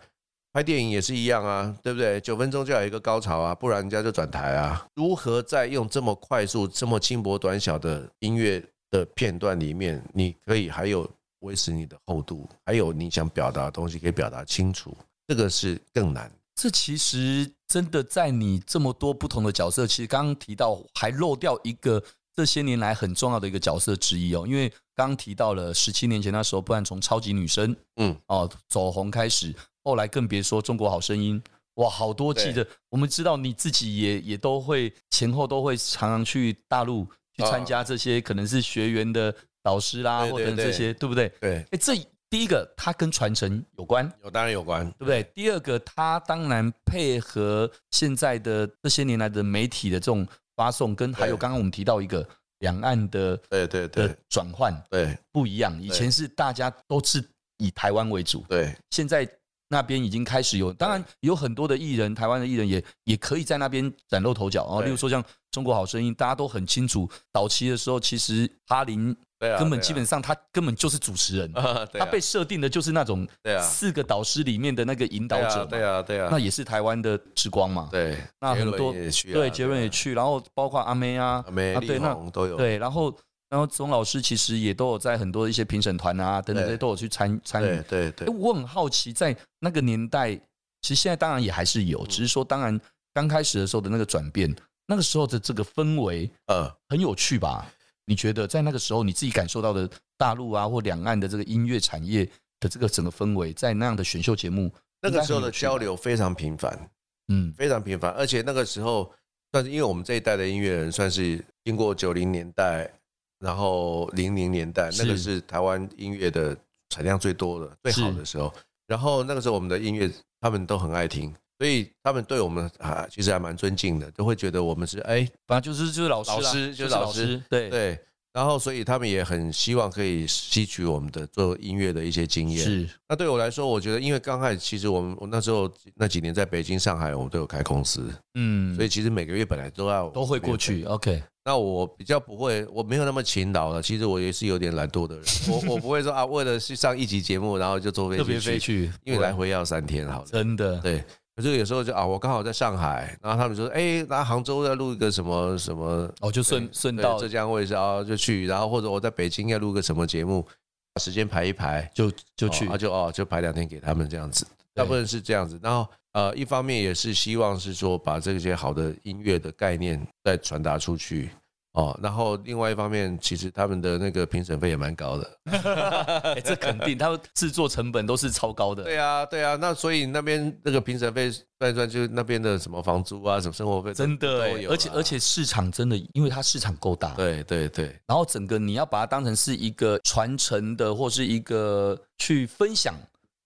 S3: 拍电影也是一样啊，对不对？九分钟就要有一个高潮啊，不然人家就转台啊。如何在用这么快速、这么轻薄短小的音乐的片段里面，你可以还有维持你的厚度，还有你想表达的东西可以表达清楚，这个是更难。
S4: 这其实真的在你这么多不同的角色，其实刚刚提到还漏掉一个这些年来很重要的一个角色之一哦，因为刚刚提到了十七年前那时候，不然从超级女生
S3: 嗯，
S4: 哦走红开始，后来更别说中国好声音。哇，好多季的，我们知道你自己也也都会前后都会常常去大陆去参加这些、可能是学员的导师啦，
S3: 啊对对
S4: 或者这些，对不对？
S3: 对，
S4: 哎，这第一个它跟传承有关，
S3: 有当然有关，
S4: 对不对？第二个，它当然配合现在的这些年来的媒体的这种发送，跟还有刚刚我们提到一个两岸的
S3: 对对
S4: 的
S3: 对
S4: 转换
S3: 对
S4: 不一样。以前是大家都是以台湾为主，
S3: 对
S4: 现在那边已经开始有，当然有很多的艺人，台湾的艺人也也可以在那边崭露头角哦。
S3: 对
S4: 例如说像《中国好声音》，大家都很清楚，早期的时候其实哈林
S3: 对啊，
S4: 根本
S3: 对啊
S4: 基本上他根本就是主持人。
S3: 啊，对
S4: 他
S3: 啊
S4: 被设定的就是那种
S3: 对啊
S4: 四个导师里面的那个引导
S3: 对啊
S4: 者嘛
S3: 对啊对啊，
S4: 那也是台湾的之光嘛。
S3: 对，
S4: 那
S3: 杰
S4: 很
S3: 伦
S4: 多
S3: 也去啊，
S4: 对，杰伦也去，然后包括阿妹啊
S3: 啊，，梅
S4: 啊
S3: 丽
S4: 对，那
S3: 红都有，
S4: 对，然后然后钟老师其实也都有在很多一些评审团啊等等这
S3: 对
S4: 些都有去参参与
S3: 对。对对
S4: 诶，我很好奇，在那个年代，其实现在当然也还是有，只是说当然刚开始的时候的那个转变，那个时候的这个氛围
S3: 嗯，
S4: 很有趣吧？你觉得在那个时候你自己感受到的大陆啊或两岸的这个音乐产业的这个整个氛围，在那样的选秀节目，
S3: 那个时
S4: 应该很
S3: 候
S4: 有
S3: 的
S4: 趣
S3: 交
S4: 吧
S3: 流非常频繁，
S4: 嗯，
S3: 非常频繁，而且那个时候算是因为我们这一代的音乐人，算是经过九零年代，然后零零年代，
S4: 是
S3: 那个是台湾音乐的产量最多的、最好的时候。然后那个时候我们的音乐他们都很爱听，所以他们对我们啊其实还蛮尊敬的，都会觉得我们是哎
S4: 反正就是就是老师啦，
S3: 老师
S4: 就
S3: 就
S4: 是是
S3: 老
S4: 老
S3: 师
S4: 师，对
S3: 对，然后所以他们也很希望可以吸取我们的做音乐的一些经验。
S4: 是
S3: 那对我来说，我觉得因为刚开始，其实我们我那时候那几年在北京、上海，我们都有开公司，
S4: 嗯，
S3: 所以其实每个月本来都要
S4: 都会过去。。OK，
S3: 那我比较不会，我没有那么勤劳了。其实我也是有点懒惰的人，我我不会说啊，为了去上一集节目，然后就坐飞机
S4: 特别飞
S3: 去，
S4: 去，啊
S3: 因为来回要三天，好了。
S4: 真的
S3: 对，可是有时候就啊，我刚好在上海，然后他们说，哎，那杭州要录一个什么什么
S4: 哦，就顺
S3: 对
S4: 顺
S3: 对
S4: 道
S3: 浙江卫视啊就去，然后或者我在北京要录个什么节目，把时间排一排
S4: 就就去
S3: 哦啊，就哦就排两天给他们这样子，大部分是这样子。然后呃，一方面也是希望是说把这些好的音乐的概念再传达出去。哦，然后另外一方面，其实他们的那个评审费也蛮高的。
S4: 哎这肯定，他们制作成本都是超高的。
S3: 对啊，对啊，那所以那边那个评审费算一算，就是那边的什么房租啊，什么生活费都，
S4: 真的
S3: 都
S4: 哎，
S3: 有
S4: 而且
S3: 啦
S4: 而，且市场真的，因为它市场够大，
S3: 对对对
S4: 然后整个你要把它当成是一个传承的，或是一个去分享。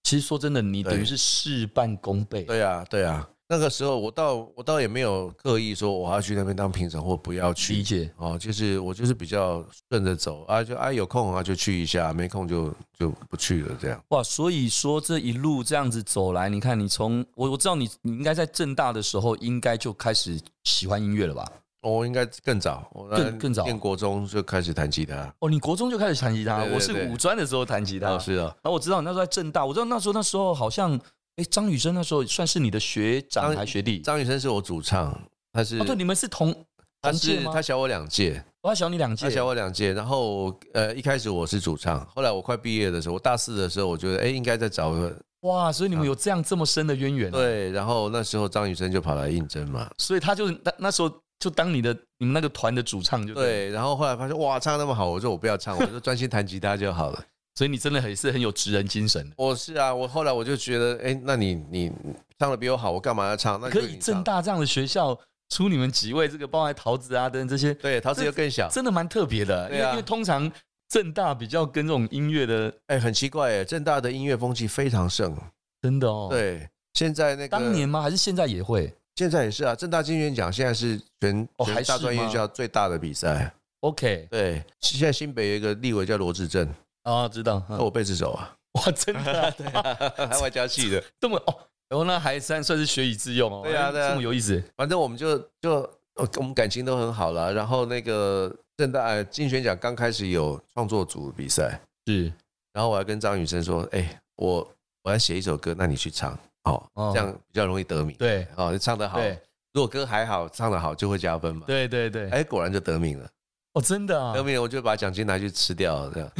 S4: 其实说真的，你
S3: 对
S4: 等于是事半功倍。
S3: 对啊，对啊。那个时候我倒我倒也没有刻意说我要去那边当评审或不要去，
S4: 理解
S3: 哦，就是我就是比较顺着走啊，就啊有空啊就去一下，没空就就不去了这样。
S4: 哇，所以说这一路这样子走来，你看你从我我知道你你应该在正大的时候应该就开始喜欢音乐了吧？
S3: 哦我、应该更早，我那
S4: 更更早
S3: 念国中就开始弹吉他。
S4: 哦，你国中就开始弹吉他，
S3: 对对
S4: 我
S3: 对
S4: 是五专的时候弹吉他。
S3: 哦，是啊，
S4: 然后我知道你那时候在正大，我知道那时候那时候好像哎，张雨生那时候算是你的学长还是学弟？
S3: 张雨生是我主唱，他是、
S4: 哦，对，你们是同，
S3: 他
S4: 同届
S3: 是
S4: 吗
S3: 他小我两届，
S4: 我要小你两届
S3: 他，小我两届。然后呃，一开始我是主唱，后来我快毕业的时候，我大四的时候，我觉得哎、应该再找个
S4: 哇，所以你们有这样这么深的渊源、，
S3: 啊
S4: 啊
S3: 对。然后那时候张雨生就跑来应征嘛，
S4: 所以他就是那那时候就当你的你们那个团的主唱就对了，
S3: 对。然后后来发现哇，唱那么好，我说我不要唱，我就专心弹吉他就好了。
S4: 所以你真的很是很有职人精神的。
S3: 我是啊，我后来我就觉得，哎、那你你唱的比我好，我干嘛要唱？那
S4: 可
S3: 就
S4: 以
S3: 你
S4: 正
S3: 唱
S4: 大这样的学校出你们几位这个，包含桃子啊等等这些，
S3: 对，陶子又更小，
S4: 真的蛮特别的。因
S3: 对
S4: 为
S3: 啊
S4: 因为通常正大比较跟这种音乐的，
S3: 哎、很奇怪哎，正大的音乐风气非常盛，
S4: 真的哦，，
S3: 对，呃现在那个
S4: 当年吗？还是现在也会
S3: 现在也是啊，正大金源奖现在是全
S4: 哦还
S3: 全
S4: 是
S3: 大专院校最大的比赛，
S4: ？OK
S3: 对，现在新北有一个立委叫罗志正，
S4: 啊，知道。嗯
S3: 那我背字手啊，
S4: 哇，真的、啊， 对、啊，
S3: 还外加戏的，
S4: 这么哦，哦，那还算算是学以致用哦，
S3: 对啊对啊
S4: 这么有意思。
S3: 反正我们就就呃我们感情都很好了。然后那个正大呃金选奖刚开始有创作组比赛，
S4: 是
S3: 然后我还跟张雨生说，哎、我我要写一首歌，那你去唱，哦，
S4: 哦
S3: 这样比较容易得名，
S4: 对
S3: 哦，你唱得好，
S4: 对
S3: 如果歌还好，唱得好就会加分嘛，
S4: 对对对，
S3: 哎、果然就得名了。
S4: 哦，真的啊
S3: 得，名了，我就把奖金拿去吃掉， 这样。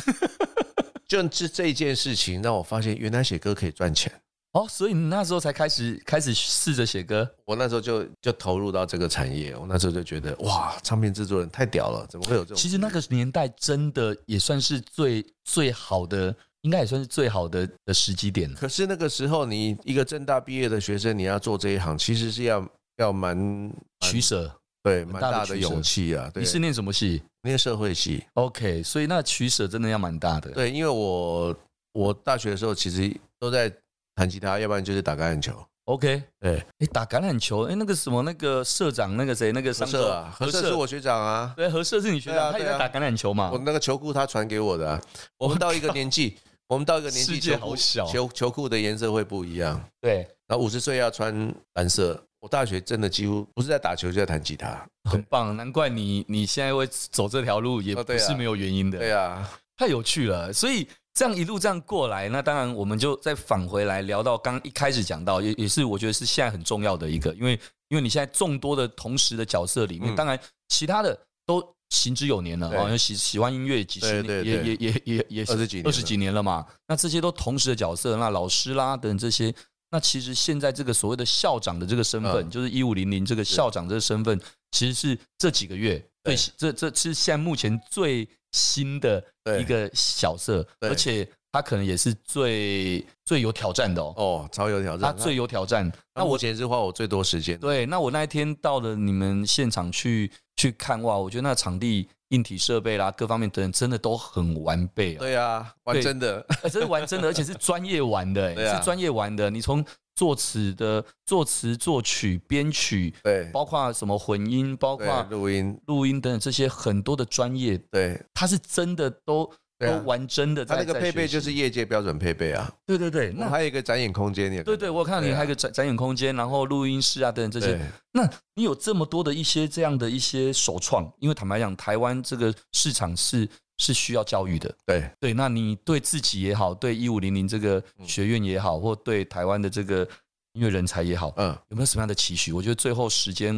S3: 就这这一件事情让我发现，原来写歌可以赚钱。
S4: 哦，所以你那时候才开始开始试着写歌，
S3: 我那时候就就投入到这个产业，我那时候就觉得哇，唱片制作人太屌了，怎么会有这种？
S4: 其实那个年代真的也算是最最好的，应该也算是最好的的时机点了。
S3: 可是那个时候，你一个正大毕业的学生，你要做这一行，其实是要要蛮
S4: 取舍，
S3: 对
S4: 很
S3: 蛮
S4: 大的
S3: 大
S4: 取
S3: 的
S4: 舍
S3: 勇气啊。对
S4: 你，是念什么系
S3: 念社会系，
S4: ？OK，所以那取舍真的要蛮大的。，
S3: 对，因为我我大学的时候其实都在弹吉他，要不然就是打橄榄球。
S4: ，OK，
S3: 对，
S4: 哎，打橄榄球，哎，那个什么，那个社长，那个谁，那个
S3: 何
S4: 商
S3: 社啊，何社是我学长啊。
S4: 对，何社是你学
S3: 对
S4: 长，
S3: 啊
S4: 他也
S3: 对
S4: 在
S3: 啊
S4: 打橄榄球嘛
S3: 我。那个球裤他传给我的、啊。我们到一个年纪，我们到一个年纪，
S4: 世界
S3: 球裤
S4: 好小
S3: 球球裤的颜色会不一样。
S4: 对，
S3: 然后五十岁要穿蓝色。我大学真的几乎不是在打球，就在弹吉他。
S4: 很棒，难怪你你现在会走这条路，也
S3: 哦
S4: 不
S3: 对啊
S4: 是没有原因的。
S3: 对啊，
S4: 太有趣了，所以这样一路这样过来，那当然我们就再返回来聊到刚一开始讲到，也也是我觉得是现在很重要的一个，因为因为你现在众多的同时的角色里面，
S3: 嗯
S4: 当然其他的都行之有年了
S3: 对
S4: 啊，因为喜喜欢音乐几十
S3: 对
S4: 年，
S3: 对
S4: 也也
S3: 对
S4: 也也也
S3: 20几年了
S4: 二十几年了嘛，那这些都同时的角色，那老师啦等这些。那其实现在这个所谓的校长的这个身份，
S3: 嗯
S4: 就是一五零零这个校长这个身份，其实是这几个月最
S3: 对
S4: 这这是现在目前最新的
S3: 对
S4: 一个小色，
S3: 对
S4: 而且他可能也是最最有挑战的哦，
S3: 哦，超有挑
S4: 他
S3: 战。
S4: 最有挑战。
S3: 那嗯
S4: 那
S3: 我
S4: 我
S3: 前是花我最多时间。
S4: 对，那我那一天到了你们现场去去看哇，我觉得那场地硬体设备啦，各方面等等，真的都很完备哦。
S3: 对啊，玩
S4: 对
S3: 真的。
S4: 哎，这是玩真的，而且是专业玩的、哎
S3: 对啊
S4: 是专业玩的。你从作词的作词、作曲、编曲，
S3: 对，
S4: 包括什么混音，包
S3: 对，
S4: 括
S3: 录音，
S4: 录音等等这些很多的专业，
S3: 对，
S4: 他是真的都、
S3: 对啊
S4: 都玩真的
S3: 他
S4: 在。
S3: 那个
S4: 在
S3: 配
S4: 学
S3: 备
S4: 习
S3: 就是业界标准配备啊。
S4: 对对对，
S3: 我
S4: 那
S3: 们还有一个展演空间，你有
S4: 对对，我看到你
S3: 对啊
S4: 还有一个展展演空间，然后录音室啊等等这些
S3: 对。
S4: 那你有这么多的一些这样的一些首创，因为坦白讲，台湾这个市场是是需要教育的。
S3: 对
S4: 对，那你对自己也好，对一五零零这个
S3: 嗯
S4: 学院也好，或对台湾的这个音乐人才也好，
S3: 嗯，
S4: 有没有什么样的期许？我觉得最后时间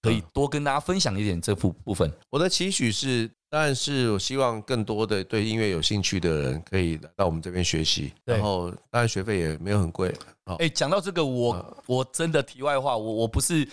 S4: 可以多跟大家分享一点这部部分。
S3: 我的期许是，当然是我希望更多的对音乐有兴趣的人可以来到我们这边学习，
S4: 对
S3: 然后当然学费也没有很贵，好，
S4: 哎，讲到这个，
S3: 嗯
S4: 我我真的题外话，我我不是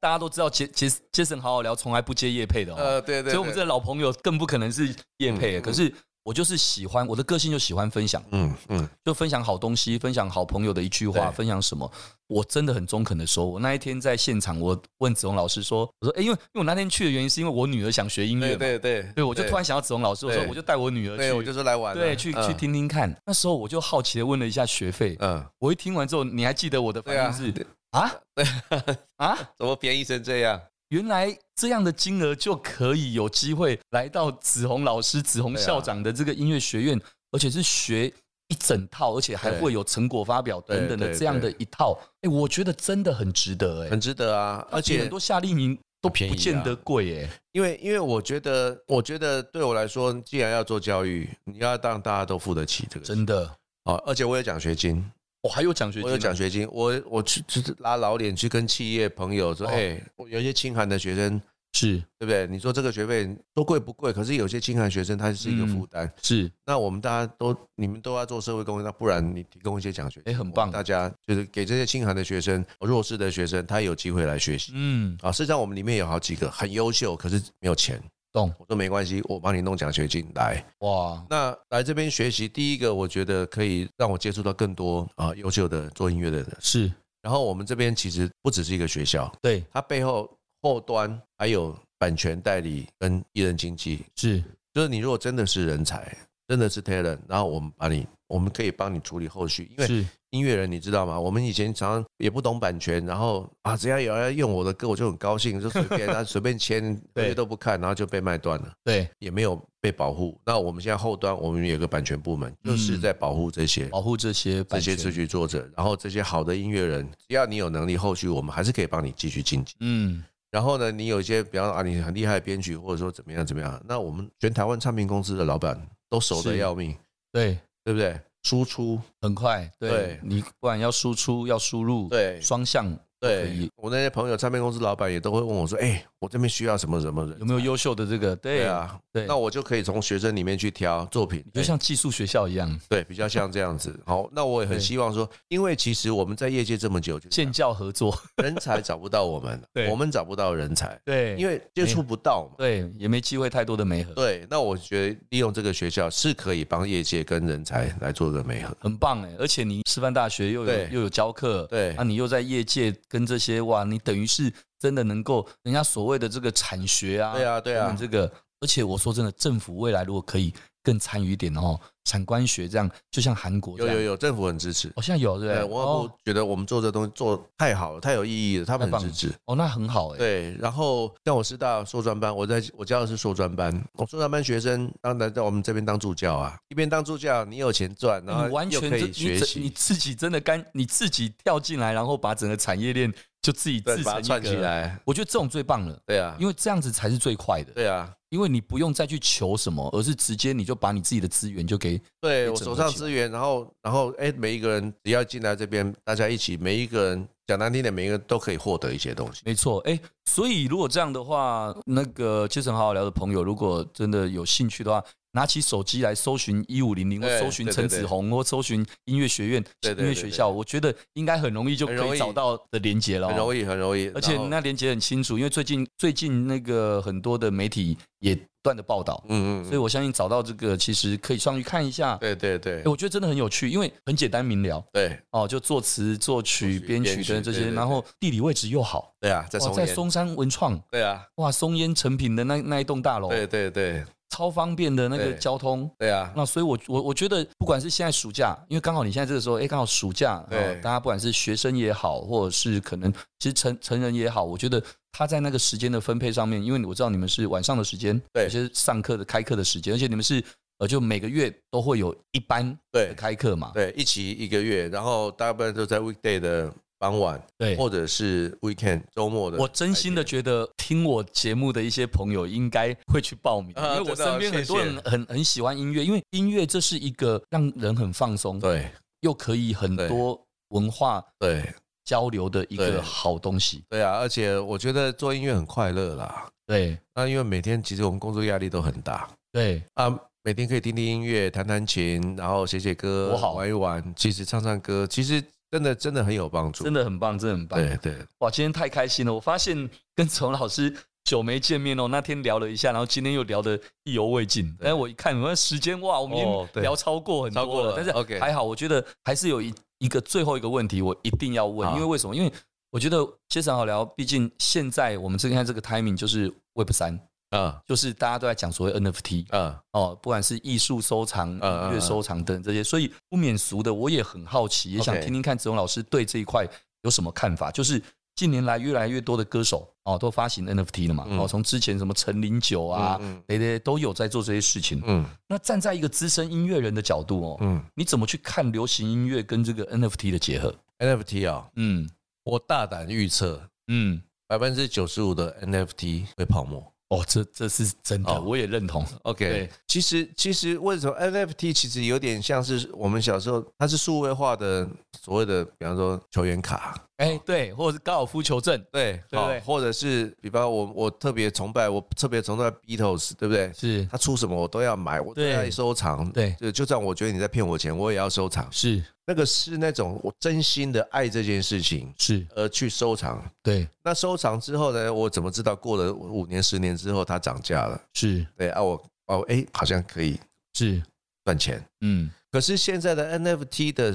S4: 大家都知道杰杰杰森好好聊，从来不接叶配的哦。
S3: 呃，对对，
S4: 所以我们这
S3: 对
S4: 老朋友更不可能是叶配、
S3: 嗯嗯
S4: 可是我就是喜欢我的个性，就喜欢分享，
S3: 嗯嗯，
S4: 就分享好东西，分享好朋友的一句话，
S3: 对
S4: 分享什么，我真的很中肯的说，我那一天在现场，我问子龙老师说，我说，哎、因为因为我那天去的原因是因为我女儿想学音乐
S3: 对
S4: 嘛，
S3: 对对，
S4: 对，我就突然想到子龙老师，我说
S3: 对
S4: 我就带我女儿去，
S3: 对我就是来玩啊，
S4: 对去、去
S3: 嗯，
S4: 听听看。那时候我就好奇的问了一下学费，
S3: 嗯，
S4: 我一听完之后，你还记得我的反
S3: 对啊
S4: 应是啊
S3: 对，
S4: 啊
S3: 怎么便宜成这样？
S4: 原来这样的金额就可以有机会来到子红老师、子红校长的这个音乐学院，而且是学一整套，而且还会有成果发表等等
S3: 对
S4: 的
S3: 对
S4: 这样的一套。哎，我觉得真的很值得哎、
S3: 很值得啊，而且
S4: 很多夏令营都
S3: 便宜
S4: 不
S3: 啊
S4: 见得贵哎、
S3: 因为因为我觉得，我觉得对我来说，既然要做教育，你要让大家都付得起这个，
S4: 真的
S3: 哦，而且我有奖学金，
S4: 我还有奖学金，啊
S3: 我有奖，学金，我我去就是拉老脸去跟企业朋友
S4: 哦
S3: 说，哎、我有一些清寒的学生，
S4: 是
S3: 对不对？你说这个学费说贵不贵？可是有些清寒学生他是
S4: 嗯
S3: 一个负担，
S4: 是，
S3: 那我们大家都你们都要做社会公益，那不然你提供一些奖学金，
S4: 哎很棒
S3: 我们大家就是给这些清寒的学生、弱势的学生，他有机会来学习。
S4: 嗯，
S3: 啊，事实上我们里面有好几个很优秀，可是没有钱。
S4: 懂
S3: 我说没关系，我帮你弄奖学金来。
S4: 哇，
S3: 那来这边学习，第一个我觉得可以让我接触到更多啊优秀的做音乐的人。
S4: 是
S3: 然后我们这边其实不只是一个学校，
S4: 对，
S3: 它背后后端还有版权代理跟艺人经纪，
S4: 是
S3: 就是你如果真的是人才，真的是 talent，然后我们把你，我们可以帮你处理后续，因为
S4: 是
S3: 音乐人你知道吗？我们以前常常也不懂版权，然后啊，只要有人用我的歌，我就很高兴，就随 便他随便签，合
S4: 对
S3: 约都不看，然后就被卖断了，
S4: 对
S3: 也没有被保护。那我们现在后端我们有个版权部门，就是在保护这些。
S4: 嗯保护这些
S3: 这
S4: 版
S3: 些
S4: 权，
S3: 词曲作者，然后这些好的音乐人，只要你有能力，后续我们还是可以帮你继续晋级。
S4: 嗯，
S3: 然后呢，你有一些，比方说啊，你很厉害的编曲，或者说怎么样怎么样，那我们全台湾唱片公司的老板都熟得
S4: 是
S3: 要命，
S4: 对，
S3: 对不对？输出，
S4: 很快，对
S3: 对
S4: 你不管要输出要输入，
S3: 对
S4: 双向都可以
S3: 对，我那些朋友，唱片公司老板也都会问我说：“哎、我这边需要什么什么人？
S4: 有没有优秀的这个？对
S3: 对，啊，
S4: 对
S3: 那我就可以从学生里面去挑作品，
S4: 就像寄宿学校一样，
S3: 对，啊比较像这样子。好，那我也很
S4: 对
S3: 希望说，因为其实我们在业界这么久，就是这
S4: 建
S3: 样
S4: 教合作，
S3: 人才找不到我们
S4: 对，
S3: 我们找不到人才，
S4: 对 哎
S3: 因为接触不到嘛。
S4: 对也没机会太多的媒合，
S3: 对，那我觉得利用这个学校是可以帮业界跟人才来做个媒合。
S4: 很棒哎！而且你师范大学又有
S3: 对
S4: 又有教课，
S3: 对
S4: 啊，你又在业界跟这些哇，你等于是真的能够人家所谓的这个产学啊，
S3: 对啊，对
S4: 等
S3: 啊
S4: 等，这个，而且我说真的，政府未来如果可以更参与一点哦，产官学这样，就像韩国哦这
S3: 有
S4: 样，
S3: 有有，政府很支持。
S4: 哦，现在有对不
S3: 对，
S4: 对？
S3: 文化部
S4: 哦
S3: 觉得我们做这东西做太好了，太有意义了，他们
S4: 太棒
S3: 很支持。
S4: 哦，那很好哎，
S3: 对，然后像我师大硕专班，我在我教的是硕专班，我硕专班学生当然在我们这边当助教啊，一边当助教，你有钱赚，然后
S4: 你完
S3: 又
S4: 全
S3: 可
S4: 这
S3: 以
S4: 你
S3: 学
S4: 整你
S3: 习，
S4: 自己真的干，你自己跳进来，然后把整个产业链就自己
S3: 对
S4: 自，
S3: 把它
S4: 成
S3: 串
S4: 一
S3: 起
S4: 个。
S3: 来，
S4: 我觉得这种最棒了，
S3: 对啊，
S4: 因为这样子才是最快的。
S3: 对啊，
S4: 因为你不用再去求什么，而是直接你就把你自己的资源就给
S3: 对
S4: 可以
S3: 我
S4: 整
S3: 手
S4: 合
S3: 上
S4: 起来
S3: 资源，然后然后哎，每一个人只要进来这边，大家一起，每一个人讲难听点，每一个人都可以获得一些东西。
S4: 没错，哎，所以如果这样的话，那个切成好好聊的朋友，如果真的有兴趣的话，拿起手机来搜寻一五零零，或
S3: 对
S4: 搜寻
S3: 对对
S4: 陈子
S3: 对
S4: 红，或搜寻音乐学院、
S3: 对对对
S4: 音乐学校，
S3: 对对
S4: 我觉得应该很容易就可
S3: 很容
S4: 以
S3: 易
S4: 找到的连接了、哦
S3: 很容易，很容易，
S4: 而且
S3: 然后
S4: 那连接很清楚，因为最近最近那个很多的媒体也不断的报道，
S3: 嗯嗯
S4: 所以
S3: 嗯，
S4: 我相信找到这个其实可以上去看一下。
S3: 对对
S4: 诶
S3: 对
S4: 我觉得真的很有趣，因为很简单明了
S3: 对
S4: 哦，就作词、作曲、
S3: 作曲
S4: 编曲
S3: 编曲
S4: 跟这
S3: 对
S4: 些，
S3: 对对
S4: 然后地理位置又好，
S3: 对啊，在
S4: 哇，
S3: 松
S4: 哦在
S3: 烟，
S4: 松山文创，
S3: 对啊，
S4: 哇，松烟成品的那那一栋大楼，
S3: 对对对
S4: 超方便的那个
S3: 对
S4: 交通。
S3: 对啊，
S4: 那所以我，我我觉得，不管是现在暑假，因为刚好你现在这个时候，哎，刚好暑假，
S3: 对
S4: 哦大家不管是学生也好，或者是可能其实成成人也好，我觉得他在那个时间的分配上面，因为我知道你们是晚上的时间，
S3: 对
S4: 有些上课的开课的时间，而且你们是呃，就每个月都会有一班的
S3: 对
S4: 开课嘛，
S3: 对，一起一个月，然后大部分都在 weekday 的傍晚，
S4: 对
S3: 或者是 weekend 周末的白天。
S4: 我真心的觉得，听我节目的一些朋友应该会去报名，
S3: 啊
S4: 因为我
S3: 真的
S4: 身边很多人
S3: 谢谢
S4: 很很喜欢音乐，因为音乐这是一个让人很放松，
S3: 对
S4: 又可以很多文化
S3: 对
S4: 交流的一
S3: 对
S4: 个好东西。
S3: 对啊，而且我觉得做音乐很快乐啦。
S4: 对
S3: 那因为每天其实我们工作压力都很大
S4: 对，
S3: 啊，每天可以听听音乐、弹弹琴，然后写写歌
S4: 多好、
S3: 玩一玩，其实唱唱歌，其实真的真的很有帮助。
S4: 真的很棒，真的很棒。
S3: 对对
S4: 哇，今天太开心了！我发现跟陈老师久没见面哦，那天聊了一下，然后今天又聊得意犹未尽。但是我一看，我们时间哇，我们已
S3: 哦
S4: 经
S3: 对
S4: 聊超过很
S3: 超
S4: 多
S3: 过
S4: 了，
S3: 了
S4: 但是
S3: OK
S4: 还好，我觉得还是有一一个最后一个问题，我一定要问，
S3: 好
S4: 因为为什么？因为我觉得接着好聊，毕竟现在我们这看这个 timing 就是 Web 三，
S3: 啊
S4: 就是大家都在讲所谓 NFT
S3: 啊，
S4: 哦，不管是艺术收藏、
S3: 嗯嗯
S4: 音乐收藏等这些，所以不免俗的，我也很好奇，也想
S3: OK
S4: 听听看子龙老师对这一块有什么看法。就是近年来越来越多的歌手哦，都发行 NFT 了嘛，
S3: 嗯
S4: 哦，从之前什么陈零九啊，
S3: 嗯
S4: 对对，都有在做这些事情。
S3: 嗯
S4: 那站在一个资深音乐人的角度哦，
S3: 嗯
S4: 你怎么去看流行音乐跟这个 NFT 的结合？
S3: 嗯，NFT 啊、
S4: 嗯
S3: 我大胆预测，
S4: 嗯，
S3: 百分之九十五的 NFT 会泡沫。
S4: 哦，这这是真的，
S2: 哦
S4: 我也认同。
S3: OK，
S4: 对
S3: 其实其实为什么 NFT 其实有点像是我们小时候，它是数位化的所谓的，比方说球员卡，
S4: 哎，对，或者是高尔夫球证，
S3: 对，
S4: 对
S3: 好
S4: 对
S3: 或者是比方我我特别崇拜，我特别崇拜 Beatles，对不对？
S4: 是
S3: 他出什么我都要买，我都
S4: 对
S3: 要收藏。
S4: 对
S3: 就就算我觉得你在骗我钱，我也要收藏。
S4: 是
S3: 那个是那种我真心的爱这件事情
S4: 是，
S3: 而去收藏。
S4: 对，
S3: 那收藏之后呢？我怎么知道过了五年、十年之后它涨价了？
S4: 是
S3: 对啊我，哦，哎，好像可以
S4: 是，
S3: 赚钱。
S4: 嗯，
S3: 可是现在的 NFT 的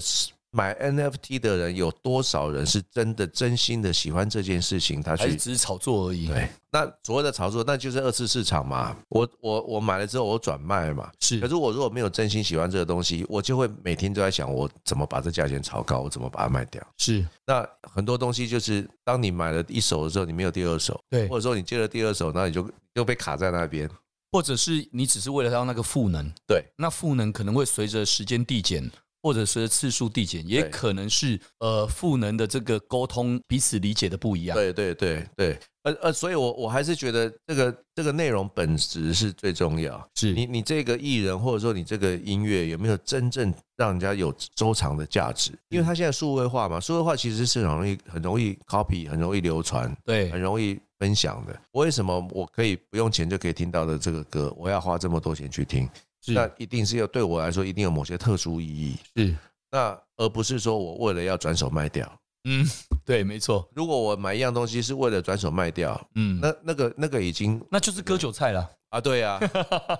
S3: 买 NFT 的人有多少人是真的真心的喜欢这件事情？他
S4: 还是
S3: 去
S4: 只是炒作而已。
S3: 对，那所谓的炒作，那就是二次市场嘛。我我我买了之后我转卖嘛。
S4: 是
S3: 可是我如果没有真心喜欢这个东西，我就会每天都在想，我怎么把这价钱炒高，我怎么把它卖掉。
S4: 是，
S3: 那很多东西就是，当你买了一手的时候，你没有第二手，
S4: 对
S3: 或，者说你接了第二手，那你就就被卡在那边。
S4: 或者是你只是为了让那个赋能，
S3: 对，
S4: 那赋能可能会随着时间递减，或者随着次数递减，也
S3: 对
S4: 可能是呃赋能的这个沟通彼此理解的不一样。
S3: 对对对对，呃呃，所以我我还是觉得这个这个内容本质是最重要。
S4: 是
S3: 你你这个艺人或者说你这个音乐有没有真正让人家有收藏的价值？因
S4: 嗯
S3: 为它现在数位化嘛，数位化其实是很容易很容易 copy，很容易流传，很
S4: 对，
S3: 容易分享的。为什么我可以不用钱就可以听到的这个歌，我要花这么多钱去听？那
S4: 是
S3: 一定是要对我来说一定有某些特殊意义，
S4: 是，
S3: 那而不是说我为了要转手卖掉。
S4: 嗯，对，没错，
S3: 如果我买一样东西是为了转手卖掉，
S4: 嗯，那
S3: 那那个那个 已经
S4: 那就是割韭菜了。
S3: 啊，对啊，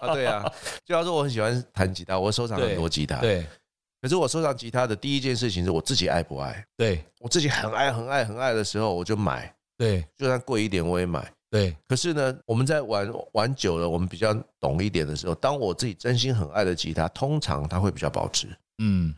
S3: 啊对啊，就像说我很喜欢弹吉他，我收藏很多吉他，，
S4: 对
S3: 可是我收藏吉他的第一件事情是我自己爱不爱，
S4: 对
S3: 我自己很爱很爱很爱的时候我就买，
S4: 对
S3: 就算贵一点我也买。
S4: 对，
S3: 可是呢，我们在玩玩久了，我们比较懂一点的时候，当我自己真心很爱的吉他，通常它会比较保值。
S4: 嗯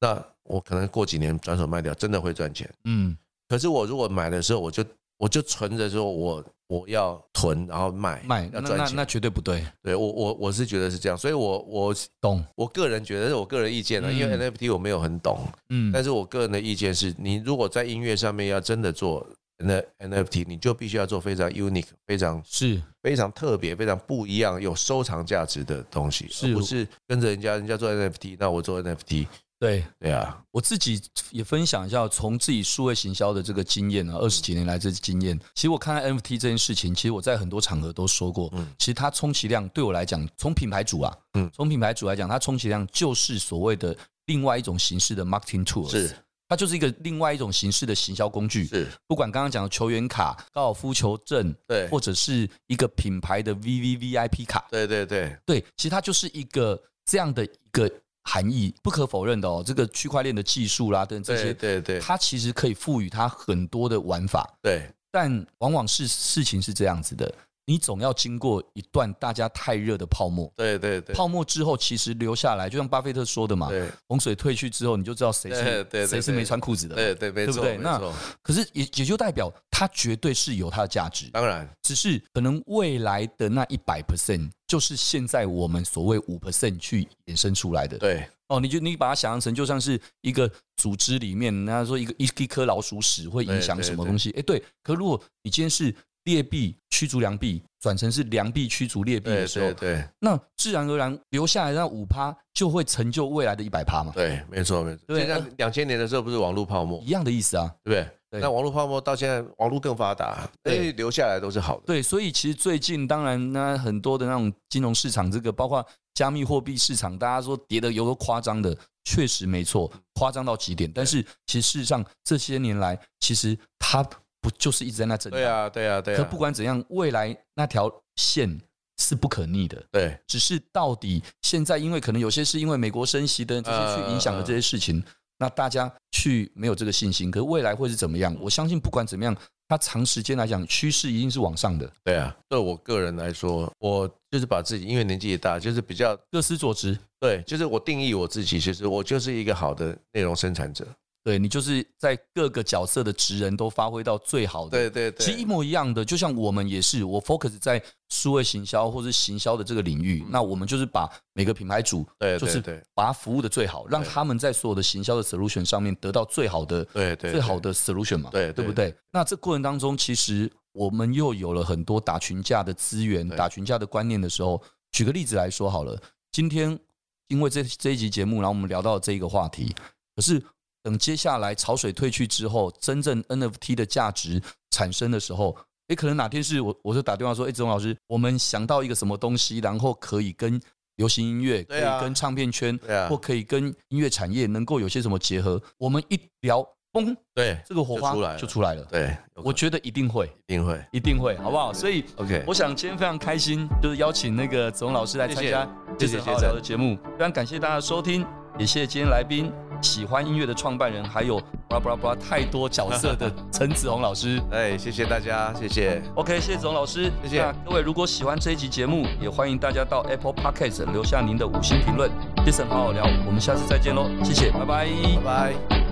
S3: 那我可能过几年转手卖掉，真的会赚钱。
S4: 嗯，
S3: 可是我如果买的时候，我就我就存着说我我要囤，然后卖
S4: 卖
S3: 哎要
S4: 那
S3: 赚
S4: 那
S3: 钱。
S4: 那绝对不对，
S3: 对我我我是觉得是这样，所以我我
S4: 懂？
S3: 我个人觉得是我个人意见了，啊
S4: 嗯
S3: 因为 NFT 我没有很懂，
S4: 嗯，
S3: 但是我个人的意见是，你如果在音乐上面要真的做那 NFT，你就必须要做非常 unique、非常
S4: 是
S3: 非常特别、非常不一样、有收藏价值的东西，
S4: 是
S3: 而不是跟着人家人家做 NFT，那我做 NFT，
S4: 对。
S3: 对啊，
S4: 我自己也分享一下，从自己数位行销的这个经验啊，二十几年来这经验，其实我看待 NFT 这件事情，其实我在很多场合都说过，
S3: 嗯
S4: 其实它充其量对我来讲，从品牌主啊，
S3: 嗯
S4: 从品牌主来讲，它充其量就是所谓的另外一种形式的 marketing tools，
S3: 是
S4: 它就是一个另外一种形式的行销工具，
S3: 是，
S4: 不管刚刚讲的球员卡、高尔夫球证，
S3: 对
S4: 或者是一个品牌的 VVVIP 卡，
S3: 对对对，
S4: 对，其实它就是一个这样的一个含义，不可否认的哦。这个区块链的技术啦等等这
S3: 对
S4: 些，
S3: 对对
S4: 它其实可以赋予它很多的玩法，
S3: 对，
S4: 但往往是事情是这样子的，你总要经过一段大家太热的泡沫。
S3: 对对对，
S4: 泡沫之后，其实留下来，就像巴菲特说的嘛，
S3: 对
S4: 洪水退去之后，你就知道谁
S3: 对对对
S4: 是谁是
S3: 对
S4: 没穿裤子的。
S3: 对对，没
S4: 对不
S3: 错
S4: 对
S3: 没
S4: 那
S3: 错，
S4: 可是也也就代表它绝对是有它的价值，
S3: 当然
S4: 只是可能未来的那一百 percent 就是现在我们所谓五 percent 去衍生出来的。
S3: 对
S4: 哦，你就你把它想象成就像是一个组织里面，人家说一个一一颗老鼠屎会影响
S3: 对对
S4: 什么
S3: 对
S4: 东西？哎，对。可如果你今天是劣币驱逐良币，转成是良币驱逐劣币
S3: 对
S4: 的时
S3: 对
S4: 候，
S3: 对
S4: 那自然而然留下来那五趴就会成就未来的一百趴嘛，
S3: 对，没错没错。
S4: 对
S3: 就像两千年的时候不是网络泡沫
S4: 一，样的意思啊。
S3: 对不对？
S4: 对
S3: 那网络泡沫到现在，网络更发达，所
S4: 对
S3: 以留下来都是好的。
S4: 对，所以其实最近当然呢，很多的那种金融市场，这个包括加密货币市场，大家说跌的有多夸张的，确实没错，夸张到极点。但是其实事实上这些年来，其实它不就是一直在那震荡？
S3: 对啊，对啊，对
S4: 可
S3: 啊
S4: 不，管怎样，未来那条线是不可逆的。
S3: 对
S4: 只是到底现在，因为可能有些是因为美国升息的这些去影
S3: 嗯
S4: 响了这些事情，那大家去没有这个信心。可是未来会是怎么样？我相信不管怎么样，它长时间来讲趋势一定是往上的。
S3: 对啊。对我个人来说，我就是把自己，因为年纪也大，就是比较
S4: 各司所职，
S3: 对，就是我定义我自己，其实我就是一个好的内容生产者。
S4: 对你就是在各个角色的职人都发挥到最好的。
S3: 对对对，
S4: 其实一模一样的，就像我们也是，我 focus 在数位行销或是行销的这个领域，那我们就是把每个品牌主，
S3: 嗯对对
S4: 就是
S3: 对
S4: 把它服务的最好，让他们在所有的行销的 solution 上面得到最好的
S3: 对对
S4: 最好
S3: 对
S4: 的 solution 嘛，
S3: 对对
S4: 对不对？那这过程当中，其实我们又有了很多打群架的资源、
S3: 对
S4: 打群架的观念的时候，举个例子来说好了，今天因为这这一集节目，然后我们聊到这个话题，可是等接下来潮水退去之后，真正 NFT 的价值产生的时候。也可能哪天是我，我就打电话说，哎、子龙老师，我们想到一个什么东西，然后可以跟流行音乐，可
S3: 对啊
S4: 以跟唱片圈，
S3: 对啊
S4: 或可以跟音乐产业能够有些什么结合。我们一聊，嘣，
S3: 对
S4: 这个火
S3: 就出来
S4: 花
S3: 了
S4: 就出来了。
S3: 对，
S4: 我觉得一定会，
S3: 一定会。
S4: 一定会，好不好？所以
S3: 嗯 OK，
S4: 我想今天非常开心，就是邀请那个子龙老师来参加这
S3: 谢嗯谢
S4: 次
S3: 谢谢
S4: 好好聊的节目，非常感谢大家的收听，也谢谢今天来宾。喜欢音乐的创办人，还有巴拉巴拉巴拉太多角色的陈子红老师。
S3: 哎，谢谢大家，谢谢，
S4: OK，谢谢总老师，
S3: 谢谢
S4: 那各位如果喜欢这一集节目，也欢迎大家到 Apple Podcast 留下您的五星评论。Jason 好好聊，我们下次再见喽，谢谢，拜拜
S3: 拜拜。